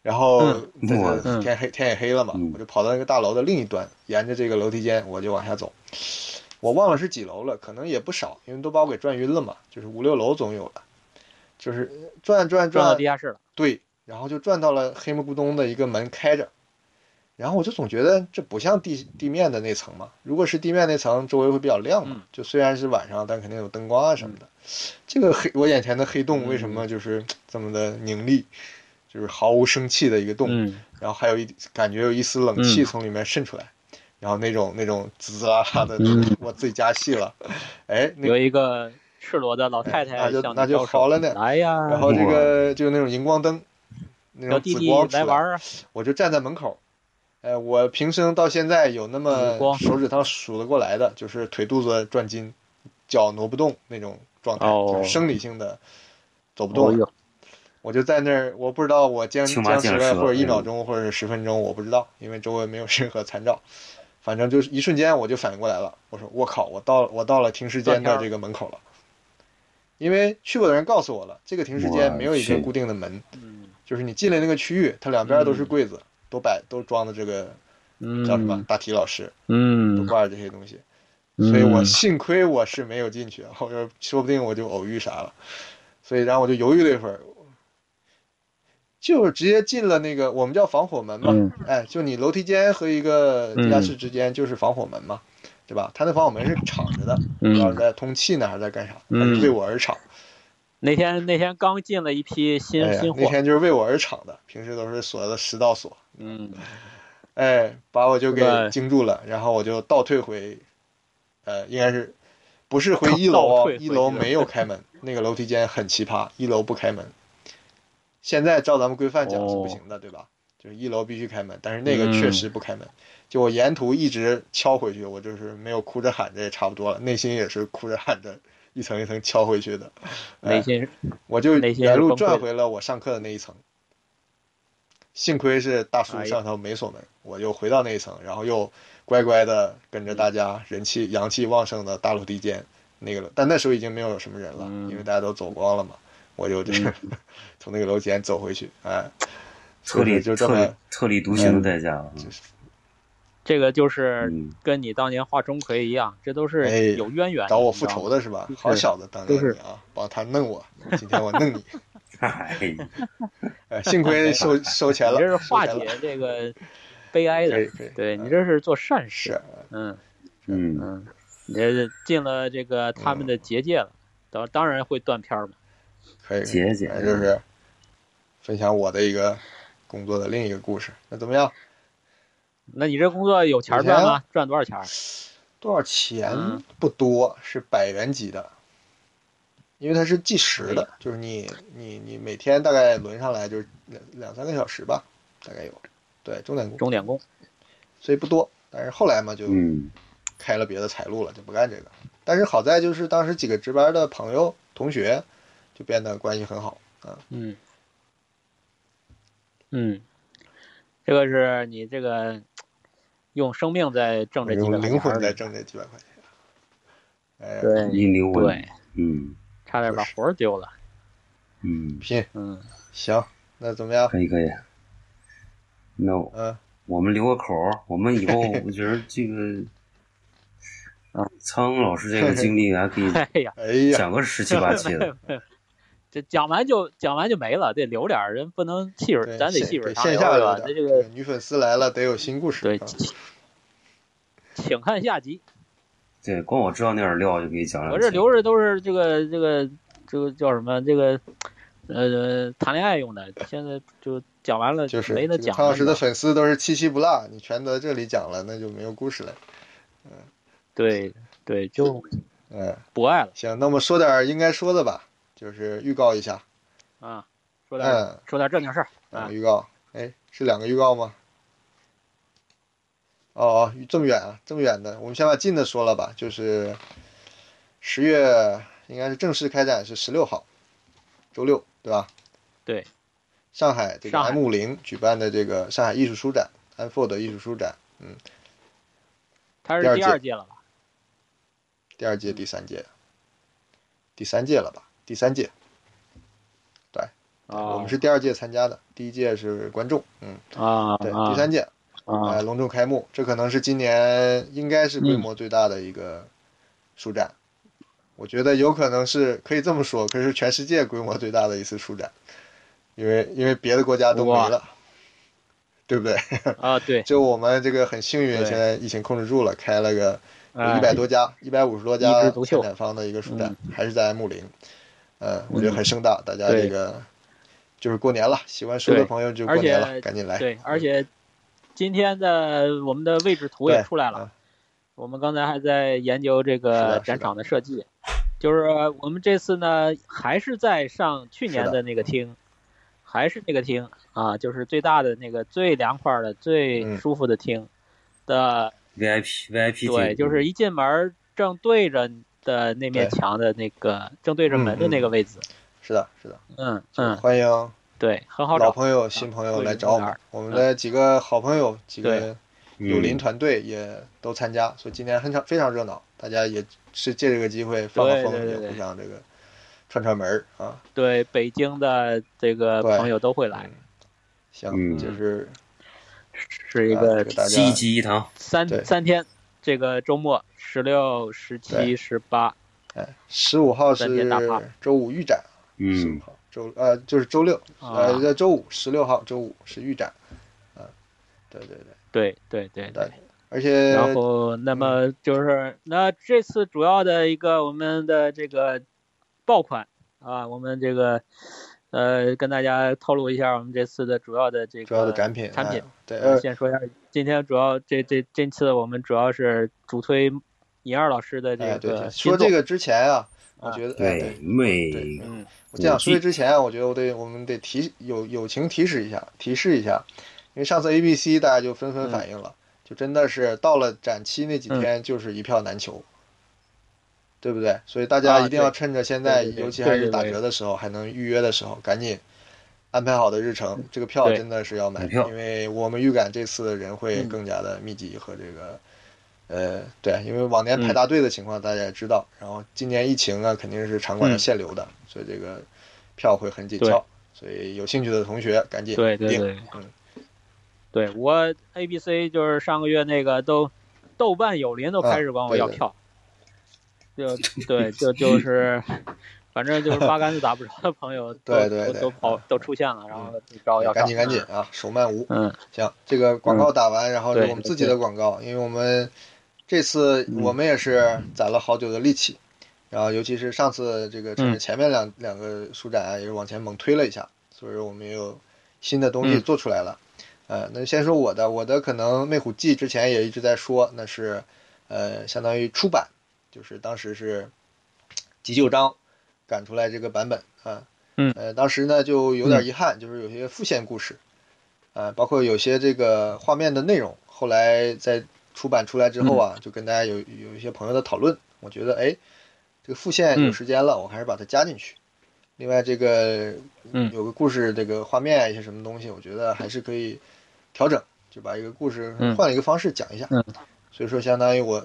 然后
嗯
这
我
个天黑天也黑了嘛
嗯，
我就跑到那个大楼的另一端，沿着这个楼梯间我就往下走。我忘了是几楼了，可能也不少，因为都把我给转晕了嘛，就是五六楼总有了。就是转转
转到
转
地，下室了，
对，然后就转到了黑木咕咚的一个门开着，然后我就总觉得这不像地地面的那层嘛，如果是地面那层，周围会比较亮嘛
嗯，
就虽然是晚上，但肯定有灯光啊什么的。这个黑我眼前的黑洞为什
嗯
么就是这么的凝立，就是毫无生气的一个洞，
嗯，
然后还有一感觉有一丝冷气从里面渗出来，然后那种那种滋滋啦啦的，
嗯
我自己加戏了， 哎，那哎
有一个赤裸的老太太
那就
向你
那就
招手
好了呢
来呀，
然后这个就是那种荧光灯，那
小
种
弟
紫
弟
光出
来玩儿啊，
我就站在门口。呃，我平生到现在有那么
紫光
手指头数得过来的，就是腿肚子转筋，脚挪不动那种状态，
哦
就是生理性的走不动
哦
了。
哟，
我就在那儿，我不知道我僵
青
僵
蛙
持
见
了
了蛇嗯
或者一秒钟或者十分钟，我不知道，因为周围没有任何参照。反正就是一瞬间我就反应过来了，我说我靠，我到我到了停尸间的这个门口了，因为去过的人告诉我了，这个停尸间没有一个
我去
固定的门，
嗯
就是你进来那个区域，它两边
嗯
都是柜子，都摆都装的这个叫什么
嗯
大体老师，都
嗯，
挂着这些东西，
嗯
所以我幸亏我是没有进去，后边说不定我就偶遇啥了，所以然后我就犹豫了一会儿，就直接进了那个我们叫防火门嘛，
嗯
哎，就你楼梯间和一个地下室之间就是防火门嘛，对吧？它那防火门是敞着的，不
嗯
知道是在通气呢还是在干啥，
嗯
反正为我而敞。
那天那天刚进了一批新
哎呀
新，货
那，天就是为我而敞的，平时都是锁的十道锁，
嗯，
哎，把我就给
对
惊住了，然后我就倒退回，呃，应该是不是 回一楼
倒
哦？
退回
一
一
楼
楼
没有开门， 那个楼梯间很奇葩，一楼不开门。现在照咱们规范讲
哦
是不行的，对吧？就是一楼必须开门，但是那
嗯
个确实不开门。就我沿途一直敲回去，我就是没有哭着喊着也差不多了，内心也是哭着喊着一层一层敲回去的。哎
内心
我就
内心是
原路
崩溃
转
的
回了我上课的那一层。幸亏是大叔
哎呀
上头没锁门，我就回到那一层，然后又乖乖的跟着大
嗯
家人气阳气旺盛的大楼梯间那个楼，但那时候已经没有什么人了，
嗯
因为大家都走光了嘛。我就这、 从那个楼梯间走回去，哎，
特
所
立
以就这么嗯
特特立独行的代价。
这个就是
嗯，
跟你当年画钟馗一样，这都
哎
是有渊源的。
找我
你知
复
道
仇
吗
的是吧
就？
好
是
小子，当
就
年
是
你啊，帮他弄我，今天我 弄你，
哎，
哎，幸亏收收钱
你
了，
这是
收
化
钱
解
了，
这个悲哀
可以
的，
可以，
对你
嗯
这是做善事
是。
嗯
嗯，
嗯，你这是进了这个他们的结界了，当当然会断片儿嘛。
可以，
姐姐
哎
嗯
就是分享我的一个工作的另一个故事。那怎么样？
那你这工作有钱儿
啊
赚吗？赚多少钱儿？
多少钱
嗯
不多，是百元级的，因为它是计时
嗯
的，就是你你你每天大概轮上来就是两两三个小时吧，大概有，对，钟点工，
钟点工。
所以不多。但是后来嘛，就
嗯，
开了别的财路了，就不干这个。但是好在就是当时几个值班的朋友同学，就变得关系很好啊。
嗯，嗯，这个是你这个用生命在挣这几百
用
块
灵
钱
魂
儿
在
里
挣这几百块钱。哎呀，
对
一灵魂，
对，
嗯
差点把魂儿丢了。
嗯，
拼
嗯，
行，那怎么样？
可以可以。那
嗯，
我们留个口儿，我们 以后我觉得这个
啊，
嗯
苍老师这个经历还可以
哎呀，
哎呀，
讲个十七八七 的，
这讲完就讲完就没了，得留点儿，人不能细水，
对
咱得
线
细水
对
长
线
流
下
是
有
吧？
点嗯
那这
这
个
女粉丝来了得有新故事。
对
啊，
请请看下集。
对，光我知道那点料就可以讲两
我
期
这留着都是这个这个这个叫什么？这个呃谈恋爱用的，现在就讲完了，
就是
没得
这个
讲
苍老
了
师
是
的
吧。
粉丝都是七七不落，你全得这里讲了，那就没有故事了。
对对，就
嗯，
不爱了
行，那我们说点儿应该说的吧，就是预告一下。
啊。说点
嗯，
说点正经事儿。
两
啊
个预告，哎，是两个预告吗？哦，哦这么远啊，这么远的，我们先把近的说了吧，就是十月应该是正式开展是十六号，周六，对吧？
对，
上海这个
上海
M 5 0举办的这个上海艺术书展 Unfold 艺术书展
他
第
是
二
第
届
二届了吧？
第二届、第三届，第三届了吧？第三届，
啊，
我们是第二届参加的，第一届是观众，嗯，
啊，
对，
啊
第三届
啊，嗯
呃，隆重开幕，这可能是今年应该是规模最大的一个书展，我觉得有可能是可以这么说，可是全世界规模最大的一次书展，因为因为别的国家都没
哇
了，对不对？
啊，对，
就我们这个很幸运，
对
现在疫情控制住了，开了个有
哎
一百多家、一百五十多
一
家
枝独秀嗯
参展方的一个书展，还是在 M 零，呃，我觉得很盛大，大家
对
这个就是过年了，喜欢书的
对
朋友就
而
过年
且
了，赶紧来，
对，而且今天的我们的位置图也
对
出来了
嗯。
我们刚才还在研究这
是的
个
是
展
的
场的设计，就是我们这次呢，还是在上去
是
年
的
的那个厅，还是那个厅啊，就是最大的那个最凉快的、最
嗯
舒服的厅的，
VIP VIP
对，就是一进门儿正对着的那面
嗯对
墙的那个，正对着门的
嗯
那个位置，
是的，是的，
嗯嗯，
欢迎
对，很好
老
找，
朋友、新朋友来找我们
啊，
我们的几个好朋友、几个友邻
团，
团队也都参加，所以今天很场非常热闹，大家也是借这个机会放
对
放风，
对
也
对对
互相这个串串门儿啊。
对，北京的这个
对
朋友都会来，
行，
嗯
就是
是一
啊
个
给大家
积极一堂，
三
对
三天，这个周末十六、十七、
对
十八，
哎，十五号
三天
是
大趴
周五预展，十五
嗯，
号周呃就是周六，
啊
呃在周五十六号周五是预展，啊，对对对，
对对对
大
对。
而且
然
呃
后，那么
嗯
就是那这次主要的一个我们的这个爆款啊，我们这个呃跟大家透露一下我们这次的主要的这个
主要的展品
产品
哎。对
呃
呃
先说一下，今天主要这这这次我们主要是主推尹二老师的
哎
这
对
个
对，
新
说
作
这个之前啊，我
啊
觉得哎
对，每
对
嗯
我这样说
我记
之前啊，我觉得我得我们得提友友情提示一下，提示一下，因为上次 A、B、C 大家就纷纷
嗯
反映了，就真的是到了展期那几天，就是一票难求，对不对？所以大家
啊
一定要
对
趁着现在，
对对对
尤其还
对
是
对
打
对
折的时候，还能预约的时候，赶紧安排好的日程。这个票
嗯对
真的是要买
买，票
因为我们预感这次人会
嗯
更加的密集和这个，呃，对，因为往年
嗯
排大队的情况大家也知道，然后今年疫情啊，肯定是场馆要
嗯
限流的，所以这个票会很紧
对
俏。所以有兴趣的同学赶紧
对对
订
对，
嗯，
对我 A B C 就是上个月那个都豆瓣友邻
啊
都开始管我要票， 就对就就是，反正就是八竿子打不着的朋友都
对对
都
对
都跑都出现了，然后就找我要票
赶，紧赶紧啊，手慢无。
嗯
行，这个广告打完，然后是
对
我们自己的广告，因为我们这次
嗯
我们也是攒了好久的力气，然后尤其是上次这个
嗯
趁着前面两、两个书展啊，也是往前猛推了一下，所以说我们也有新的东西
嗯
做出来了。呃，那先说我的，我的可能《魅虎记》之前也一直在说，那是呃相当于出版，就是当时是急救章赶出来这个版本啊。
嗯
呃，当时呢就有点遗憾，就是有些复线故事，呃，包括有些这个画面的内容，后来在出版出来之后
嗯
啊，就跟大家有有一些朋友的讨论，我觉得哎，这个复线有
嗯
时间了，我还是把它加进去。另外，这个
嗯
有个故事，这个画面啊，一些什么东西，我觉得还是可以调整，就把一个故事
嗯
换了一个方式讲一下。
嗯
所以说，相当于我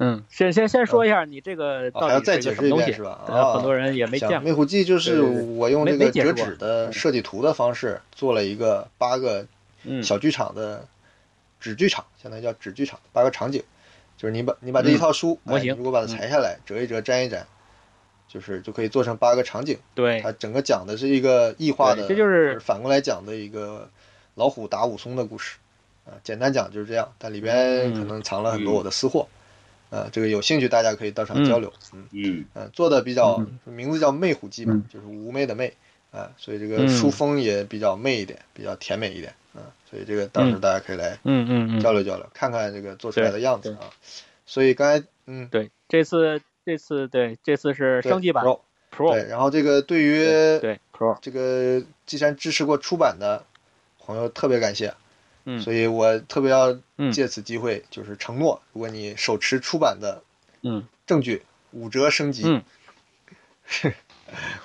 嗯，先先先说一下你这个
啊还
到
要
底
再
是一
解
个什
释
么
一
东
遍
西
是，吧？
呃
啊，
很多人也没
讲
见过，
灭虎记就是
对对对
我用
没
这个
没解释
折
过
纸的设计图的方式做了一个八个
嗯
小剧场的纸剧场，相当于叫纸剧场，八个场景，就是你把你把这一套书
嗯模
哎
型
如果把它
嗯
裁下来，折一折，粘一粘，就是就可以做成八个场景。
对
它整个讲的是一个异化
对
的，
这就是
反过来讲的一个老虎打武松的故事啊。简单讲就是这样，但里边
嗯
可能藏了很多我的私货。啊，这个有兴趣大家可以到场交流。嗯
嗯，
嗯，做的比较名字叫魅虎记嘛，
嗯
就是妩媚的媚啊，所以这个
嗯
书风也比较媚一点，比较甜美一点啊，所以这个到时候大家可以来
嗯嗯
交
嗯，
流交流，看看这个做出来的样子啊。所以刚才嗯，
对，这次这次对这次是
对
升级版
Pro，对，
Pro，
然后这个对于
对 Pro，
这个既然支持过出版的朋友，特别感谢，
嗯
所以我特别要
嗯
借此机会就是承诺，如果你手持出版的
嗯
证据，五折升级。
嗯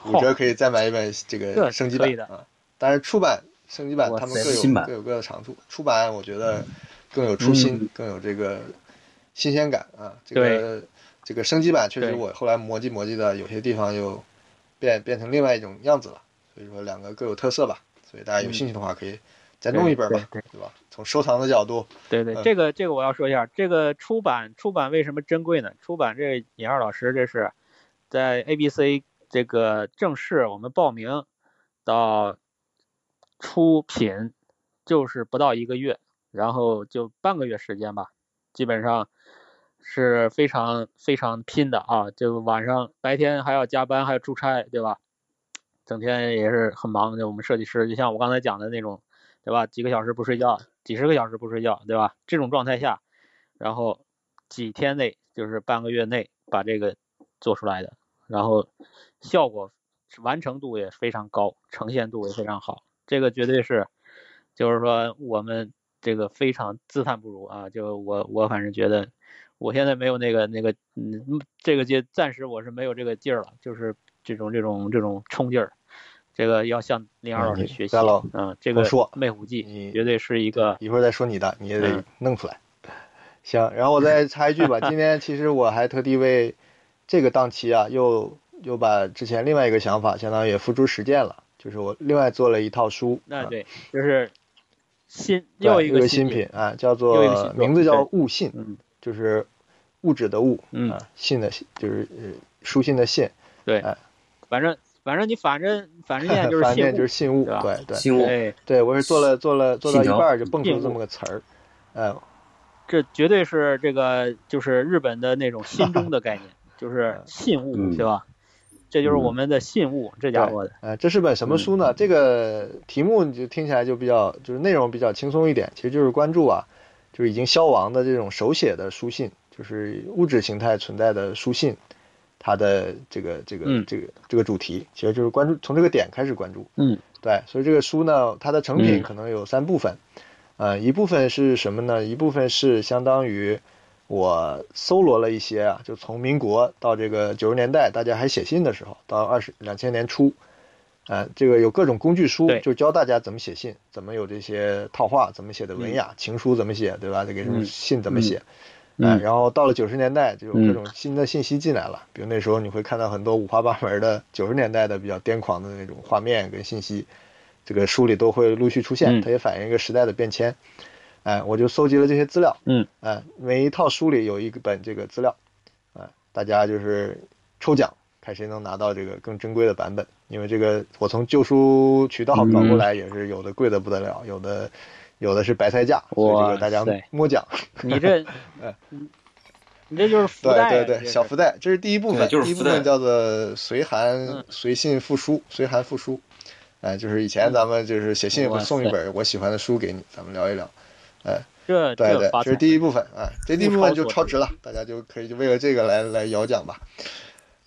五折可以再买一本这个
这
升级
哦可
版
以的
啊。当然，出版升级版
哇
他们
塞
各
新
有
版
各有各的长处。出版我觉得更有初
嗯
心，更有这个新鲜感啊。这个这个升级版确实
对
我后来磨叽磨叽的，有些地方又变变成另外一种样子了。所以说两个各有特色吧。所以大家有兴趣的话可以再弄一本吧，
嗯对
对吧？从收藏的角度，
对对，
嗯
这个这个我要说一下，这个出版出版为什么珍贵呢？出版这尹二老师这是在 ABC 这个正式我们报名到出品就是不到一个月，然后就半个月时间吧，基本上是非常非常拼的啊，就晚上白天还要加班，还要出差，对吧？整天也是很忙的。我们设计师就像我刚才讲的那种，对吧？几个小时不睡觉，几十个小时不睡觉，对吧？这种状态下，然后几天内就是半个月内把这个做出来的，然后效果完成度也非常高，呈现度也非常好，这个绝对是，就是说我们这个非常自叹不如啊！就我我反正觉得。我现在没有那个那个，嗯，这个阶暂时我是没有这个劲儿了，就是这种这种这种冲劲儿，这个要向林二老师
嗯
学习。
大佬
嗯，这
我
个
说
魅虎记
你
绝对是一个，
一会儿再说你的，你也得
嗯
弄出来。行，然后我再插一 句吧，今天其实我还特地为这个档期啊，又又把之前另外一个想法，相当于也付诸实践了，就是我另外做了一套书，
那
啊
对，就是新
对
又
一
一个
新
品，
啊，叫
又一个新作
做名字叫
对
物信，
嗯
就是物质的物，
嗯
啊，信的信就是呃书信的信，
对
哎，
反正反正你反正反 正现在就是哎
反
信
面就是
物，
信物，
对吧
对对
信物
对，
对，我是做了做了做到一
信条
半儿就蹦出
信
了这
物
么个词儿，呃，
这绝对是这个就是日本的那种心中的概念， 就是信物，
嗯
对吧？这就是
嗯
我们的信物，这家伙的，
呃，这是本
嗯
什么书呢？这个题目你就听起来就比较，就是内容比较轻松一点，其实就是关注啊，就是已经消亡的这种手写的书信，就是物质形态存在的书信，它的这个这个
嗯
这个这个主题，其实就是关注从这个点开始关注。
嗯，
对，所以这个书呢，它的成品
嗯
可能有三部分，呃，一部分是什么呢？一部分是相当于我搜罗了一些啊，就从民国到这个九十年代，大家还写信的时候，到二十两千年初，呃，这个有各种工具书
对，
就教大家怎么写信，怎么有这些套话，怎么写的文雅，情书怎么写，对吧？这个什么
嗯
信怎么写？
嗯
呃然后到了九十年代，就有
嗯
各种新的信息进来了，比如那时候你会看到很多五花八门的九十年代的比较癫狂的那种画面跟信息，这个书里都会陆续出现，
嗯
它也反映一个时代的变迁。哎、我就搜集了这些资料，
嗯，
哎、每一套书里有一本这个资料，哎、大家就是抽奖，看谁能拿到这个更珍贵的版本。因为这个我从旧书渠道搞过
嗯
来，也是有的贵的不得了，有的有的是白菜价，所以这个大家
哇塞
摸奖。
你 这，嗯你这就是福
哎对
袋啊，
对
你这
对，
是
小福袋，这是第一部分，
对就是
第一部
福
分
袋
叫做随函
嗯
随信附书，随函附书，哎，就是以前咱们就是写信
哇
会
塞
送一本我喜欢的书给你，咱们聊一聊。
这
对对
这，发
这是第一部分啊，这第一部分就
物超
超
所
值了，大家就可以就为了这个来来摇奖吧。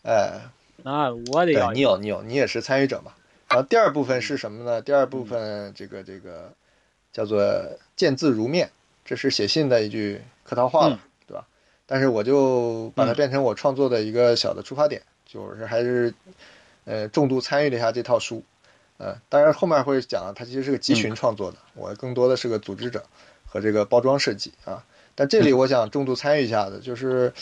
哎，
啊，我得
对
要
你有你有，你也是参与者嘛。然后第二部分是什么呢？第二部
嗯
分这个这个叫做见字如面，这是写信的一句客套话了，
嗯
对吧？但是我就把它变成我创作的一个小的出发点，就是还是呃重度参与了一下这套书。呃，当然后面会讲，它其实是个集群创作的，我更多的是个组织者和这个包装设计啊。但这里我想重度参与一下的，就是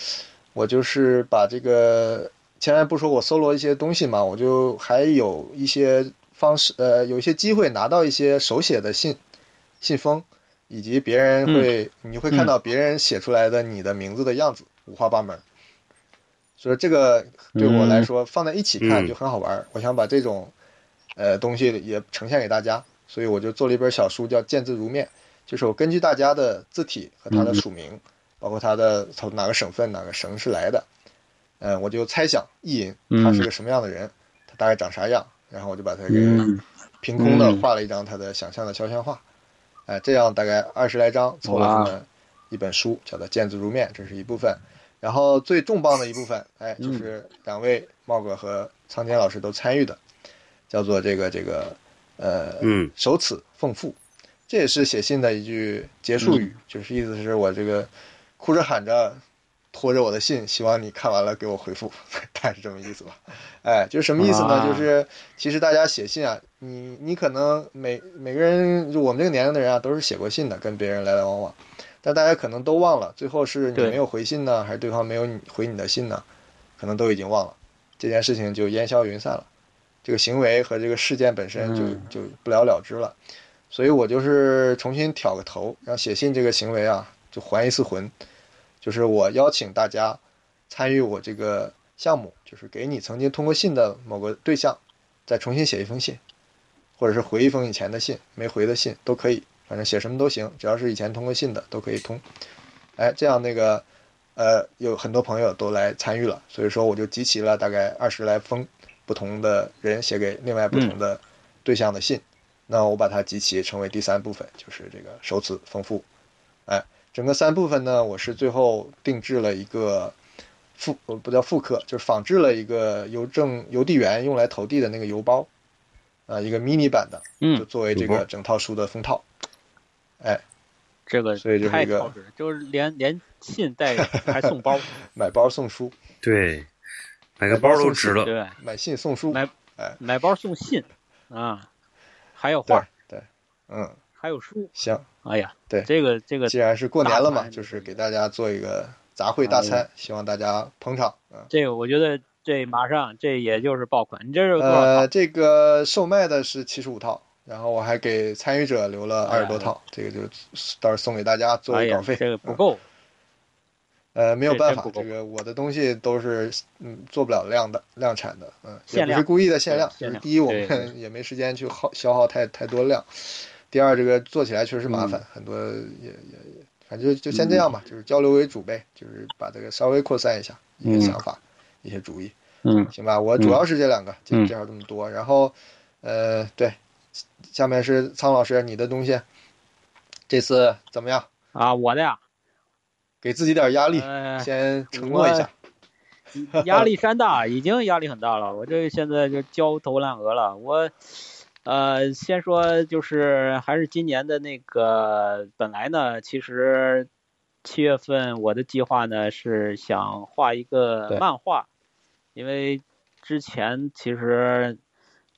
我就是把这个，前面不说我搜罗一些东西嘛，我就还有一些方式，呃，有一些机会拿到一些手写的信信封，以及别人会，你会看到别人写出来的你的名字的样子，五花八门。所以这个对我来说放在一起看
嗯
就很好玩儿。我想把这种呃东西也呈现给大家，所以我就做了一本小书叫《见字如面》，就是我根据大家的字体和他的署名，包括他的从哪个省份、哪个城市来的，呃，我就猜想意淫他是个什么样的人，他大概长啥样，然后我就把他给
嗯
凭空的
嗯
画了一张他的想象的肖像画，哎、这样大概二十来张凑了这么一本书，叫做《见字如面》，这是一部分。然后最重磅的一部分，哎，就是两位茂哥和苍天老师都参与的，叫做这个这个呃，
嗯
手此奉赋，这也是写信的一句结束语，
嗯
就是意思是我这个哭着喊着拖着我的信，希望你看完了给我回复， 大概是这么意思吧？哎，就是什么意思呢？
啊
就是其实大家写信啊，你你可能每每个人，就我们这个年龄的人啊，都是写过信的，跟别人来来往往，但大家可能都忘了，最后是你
对
没有回信呢，还是对方没有你回你的信呢？可能都已经忘了，这件事情就烟消云散了。这个行为和这个事件本身就
嗯
就不了了之了。所以我就是重新挑个头，让写信这个行为啊，就还一次魂。就是我邀请大家参与我这个项目，就是给你曾经通过信的某个对象，再重新写一封信，或者是回一封以前的信、没回的信都可以，反正写什么都行，只要是以前通过信的都可以通。哎，这样那个呃，有很多朋友都来参与了，所以说我就集齐了大概二十来封不同的人写给另外不同的对象的信，那我把它集齐成为第三部分，就是这个首次丰富。哎，整个三部分呢，我是最后定制了一个复呃不叫复刻，就是仿制了一个邮政邮递员用来投递的那个邮包，啊、一个 mini 版的，
嗯
就作为这
邮
个
包
整套书的封套。
这个
所以就是
太
一个
超值了，就是连连信 带还送包，
买包送书，
对，买个包都值了。
对，
买信送书，
买
哎
买包送信啊，还有
对
画，
对，嗯，
还有书，
行。
哎呀，
对
这个这个
既然是过年了嘛，
大餐
就是给大家做一个杂烩大餐，希望大家捧场啊。
这个我觉得这马上这也就是爆款，你这是多少套？
呃，这个售卖的是七十五套，然后我还给参与者留了二十多套，这个就是到时候送给大家作
哎
为
呀
稿，费。
这个不够，
呃，没有
这
办
真
法
不，够
这个我的东西都是嗯做不了量的量产的，嗯，也
限
不
量
是故意的限量，
对
就
限
是
量
第一我
对
们 也没时间去耗消耗太太多量，第二这个做起来确实麻烦，
嗯
很多也也也，反正就先这样吧，就是交流为主呗，就是把这个稍微扩散一下一些
嗯
想法，一些主意，
嗯，
行吧，我主要是这两个，就
嗯
介绍这么多，然后呃对，下面是苍老师你的东西，这次怎么样？
啊，我的呀，
给自己点压力，
呃，
先承诺一下。
压力山大，已经压力很大了。我这现在就焦头烂额了。我，呃，先说就是还是今年的那个，本来呢，其实七月份我的计划呢是想画一个
对
漫画，因为之前其实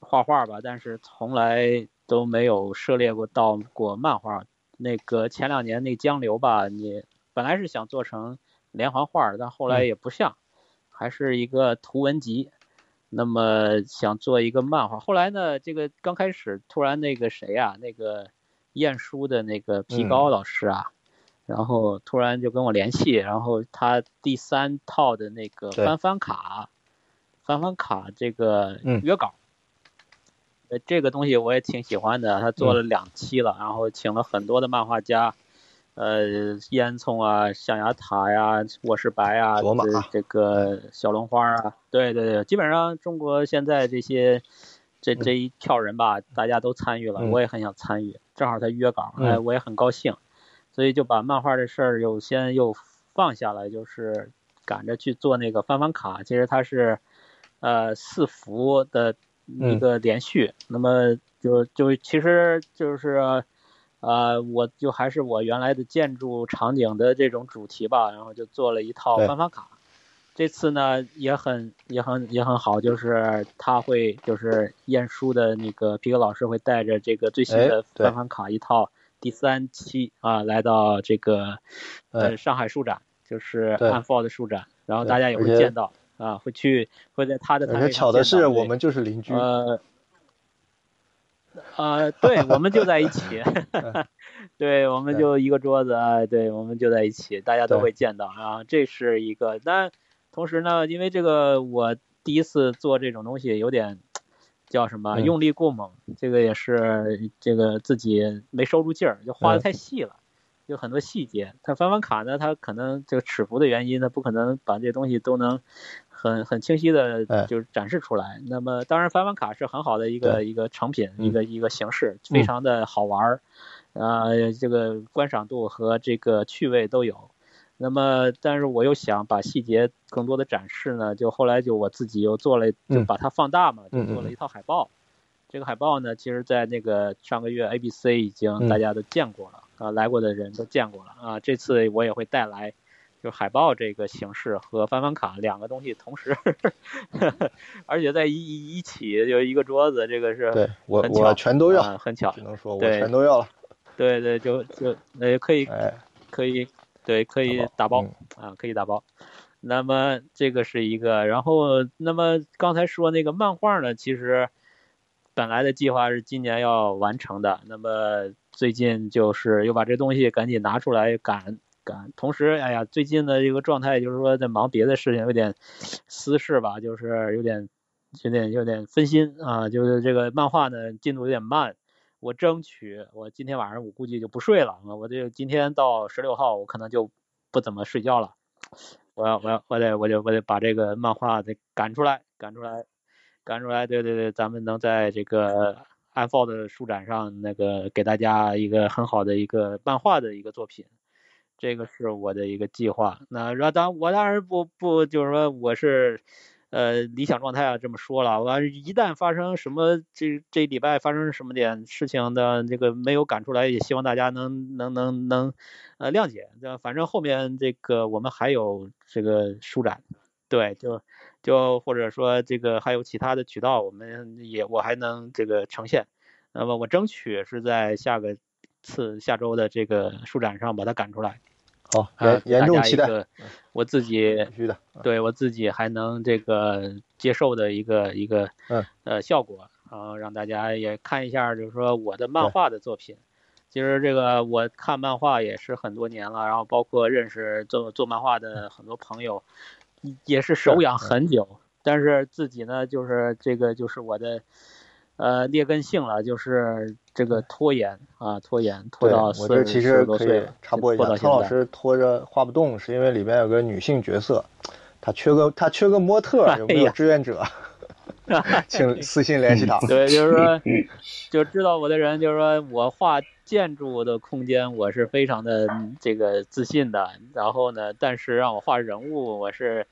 画画吧，但是从来都没有涉猎过到过漫画。那个前两年那江流吧，你本来是想做成连环画儿，但后来也不像，还是一个图文集。那么想做一个漫画，后来呢，这个刚开始突然那个谁啊，那个晏殊的那个皮高老师啊，然后突然就跟我联系，然后他第三套的那个
对
翻翻卡，翻翻卡这个
嗯
约稿，呃，这个东西我也挺喜欢的，他做了
嗯
两期了，然后请了很多的漫画家，呃，烟囱啊、象牙塔呀、我是白啊、
卓玛
这这个
嗯
小龙花啊，对对对，基本上中国现在这些这这一票人吧，大家都参与了，
嗯
我也很想参与，正好他约稿，
嗯
哎，我也很高兴，所以就把漫画这事儿又先又放下来，就是赶着去做那个翻翻卡。其实它是呃四幅的
嗯
一个连续，那么就就其实就是呃，我就还是我原来的建筑场景的这种主题吧，然后就做了一套
对
翻翻卡。这次呢也很也很也很好，就是他会就是晏殊的那个皮克老师会带着这个最新
哎
的
对
翻翻卡一套第三期啊，来到这个呃
哎
上海书展，就是
对
Unfold 书展，然后
对
大家也
而
会
且
见到啊，会去会在他的
而
摊
且
位上
呃巧的
见
是，
到
我
对
们就是邻居，
呃，呃，对，我们就在一 起， 对，我们就一个桌子，哎，对，我们就在一起，大家都
对
会见到啊，这是一个。但同时呢，因为这个我第一次做这种东西，有点叫什么
嗯
用力过猛，这个也是这个自己没收住劲儿，就
嗯
画的太细了。有很多细节，它翻翻卡呢，它可能这个尺幅的原因，它不可能把这东西都能很很清晰的
哎
就是展示出来。那么当然，翻翻卡是很好的一个
对
一个成品，
嗯
一个一个形式，非常的好玩儿，呃，这个观赏度和这个趣味都有。那么，但是我又想把细节更多的展示呢，就后来就我自己又做了，就
嗯
把它放大嘛，就
嗯嗯
做了
嗯
一套海报。这个海报呢，其实，在那个上个月 ABC 已经
嗯
大家都见过了、啊，来过的人都见过了啊。这次我也会带来，就是海报这个形式和翻翻卡两个东西同时， 而且在一一一起，就一个桌子，这个是
对我
很巧
我全都要，
啊很巧
只，能说我
对
全都要了，
对对，就就呃可以
哎，
可以，对可以打包
嗯
啊，可以打包。那么这个是一个，然后那么刚才说那个漫画呢，其实本来的计划是今年要完成的，那么最近就是又把这东西赶紧拿出来赶赶，同时哎呀，最近的这个状态就是说在忙别的事情，有点私事吧，就是有点有点有点分心啊，就是这个漫画呢进度有点慢。我争取，我今天晚上我估计就不睡了啊！我这今天到十六号，我可能就不怎么睡觉了。我要我要我得我得我得把这个漫画得赶出来，赶出来，赶出来。对对对，咱们能在这个 Unfold 书展上那个给大家一个很好的一个漫画的一个作品，这个是我的一个计划。那然后当我当然不不就是说我是。呃，理想状态啊，这么说了，我要是一旦发生什么这这礼拜发生什么点事情的这个没有赶出来，也希望大家能能能能呃谅解。这反正后面这个我们还有这个舒展，对，就就或者说这个还有其他的渠道，我们也我还能这个呈现。那么我争取是在下个次下周的这个舒展上把它赶出来。
好，
啊
严，
给
严
大
重
家
期
一
待，
个我自己
必须的，
对我自己还能这个接受的一个一个
嗯
呃效果，然后让大家也看一下，就是说我的漫
对
画的作品。其实这个我看漫画也是很多年了，然后包括认识做做漫画的很多朋友，也是手
嗯
痒很久，但是自己呢，就是这个就是我的呃劣根性了，就是这个拖延啊，拖延拖
嗯对，
到
我
四
这
十
其实
多
可
岁
以
了，
插播一
拖
下
到，现
汤老
在
师拖着画不动，是因为里面有个女性角色，她缺个她缺个模特
哎，
有没有
呀
志愿 者？请私信联系她。
对，就是
嗯
说，就知道我的人，就是说我画建筑的空间，我是非嗯常的这个自信的。然后呢，但是让我画人物，我是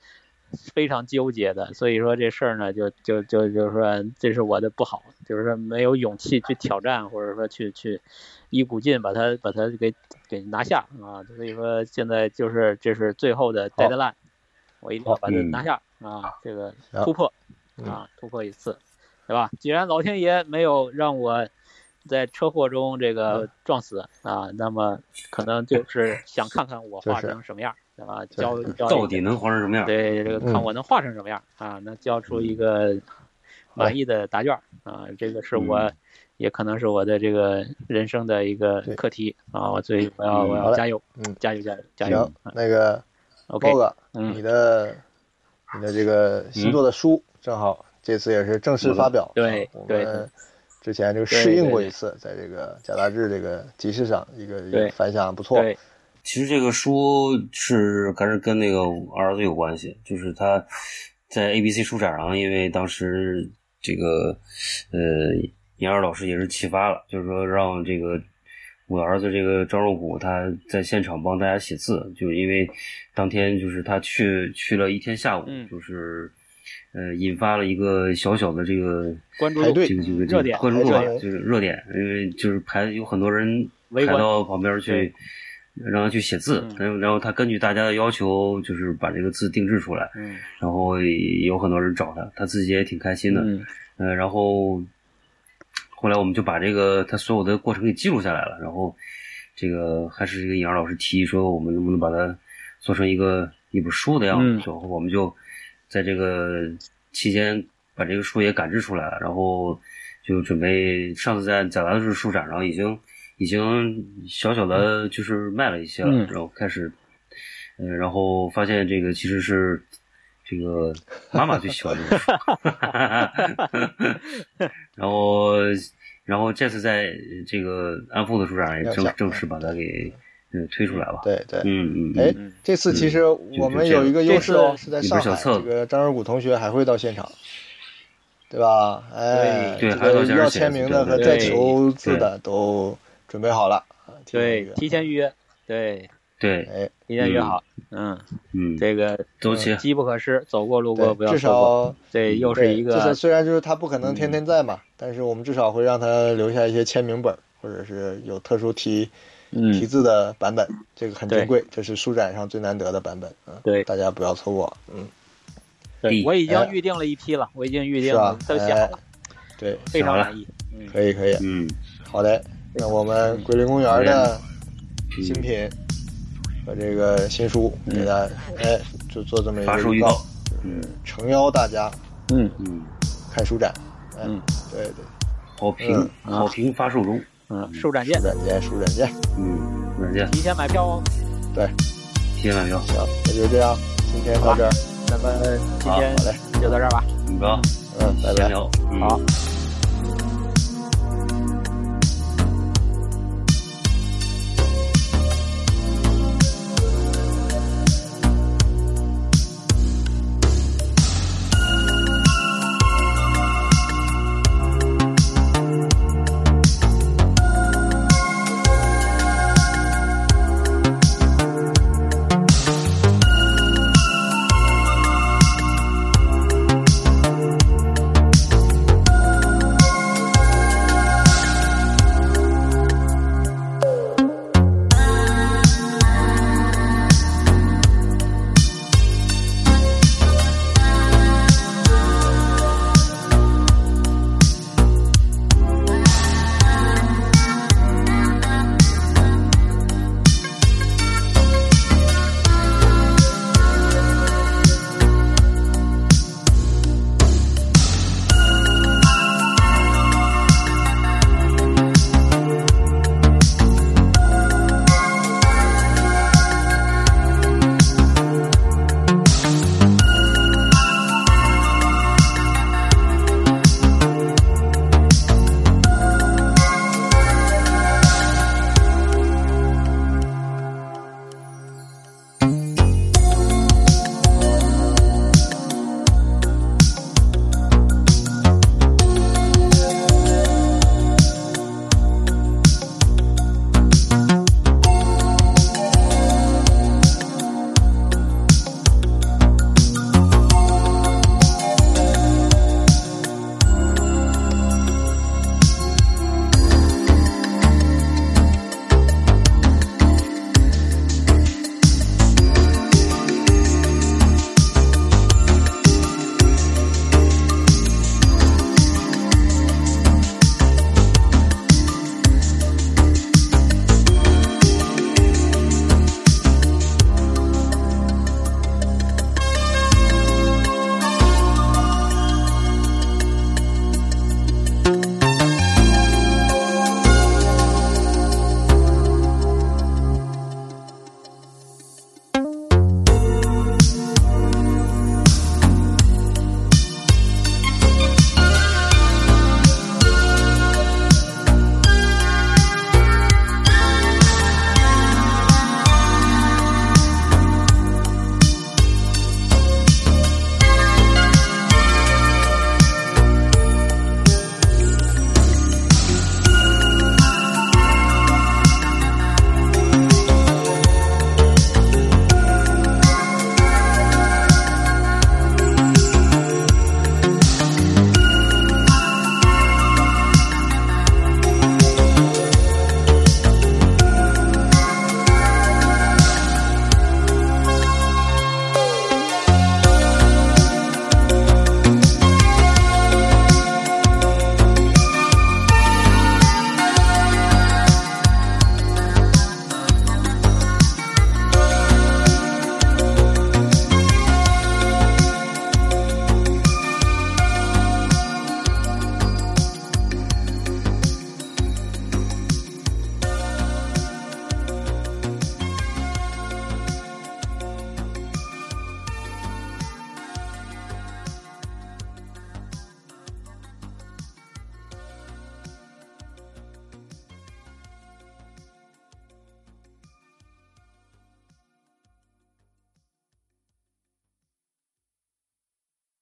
非常纠结的，所以说这事儿呢，就就就就是说这是我的不好，就是说没有勇气去挑战，或者说去去一股劲把它把它给给拿下啊，所以说现在就是这是最后的 deadline，我一定要把它
嗯
拿下啊，这个
行
突破
嗯
啊，突破一次，对吧？既然老天爷没有让我在车祸中这
嗯
个撞死啊，那么可能就是想看看我画
就是
成什么样儿，对吧？
是嗯
教教
到底能活成什么样？
对这个看我能画成什么样儿啊，能交出一
嗯
个满意的答卷儿啊，这个是我
嗯
也可能是我的这个人生的一个
对
课题啊，我所以我要
嗯
我
好
要
嘞
加油，
嗯
加油加油加油啊
行，那个
，OK，
包哥，
嗯
你的你的这个新做的书正好这次也是正式发表，
对
啊我
对
们之前这个
对
试映
对
过
对
一次，在这个贾大志这个集市上，一个一个
对
反响不错，
对
其实这个书是还是跟那个我儿子有关系，就是他在 ABC 书展上，因为当时这个呃严二老师也是启发了，就是说让这个我儿子这个张若虎他在现场帮大家写字，就是因为当天就是他去去了一天下午，
嗯
就是呃引发了一个小小的这个
关注
排
度
队
这个这个
热点
关注热
排
点
队
就是热点，因为就是排有很多人
围
排
观
到旁边去，让他去写字
嗯，
然后然后他根据大家的要求，就是把这个字定制出来，
嗯
然后也有很多人找他，他自己也挺开心的，
嗯
呃，然后后来我们就把这个他所有的过程给记录下来了，然后这个还是这个颖儿老师提议说，我们能不能把它做成一个一本书的样子，
嗯
然后我们就在这个期间把这个书也赶制出来了，然后就准备上次在贾达士书展上已经已经小小的就是卖了一些了，
嗯
然后开始，嗯、然后发现这个其实是。这个妈妈最喜欢这本书， 然后，然后这次在这个安富的书展也正
亮相
正式把它给呃推出来了。
对对。
嗯嗯，
哎
嗯，
嗯
这次其实我们有一个优势哦，是在上
这
海，
次
这个张二谷同学还会到现场，对吧？哎，
对
这
还会
个
到现场
要
写
签名的和
对
在
对
求字的都准备好了，啊
对，提，前预
预
约，对，
对
约，哎，
提前约好，嗯，
嗯，
这个
周琦，
机不可失，走过路过不
对，
要
至
错过，
少
这又是一
对至少
个嗯
虽然就是他不可能天天在嘛，但是我们至少会让他留下一些签名本，或者是有特殊题题
嗯
字的版本，这个很
对
珍贵，这是书展上最难得的版本啊，
对
大家不要错过，嗯，
对，
地
我已
哎
经预定了一批了，我已经预
是
定
吧
了，？都写好
哎
了，，
对，
非常
好了
满意，嗯，
可以可以，
嗯，
好的，那我们桂林公园的
嗯
新品和这个新书
嗯
给大家，哎，就做这么一
发
个
售预
预
告
告，，诚邀大家
嗯
嗯，
看书展，哎
嗯，
对对，
好评
嗯
好评发售中，
嗯，数展见
书，展见，书展见，
嗯，软件
提前买票哦。
对，
提前买票，
行，那就这样，今天到这儿，
咱们今
好
天
好嘞，
就到这儿吧。
你不要
啊
嗯，拜
闲
拜。
聊，嗯
好，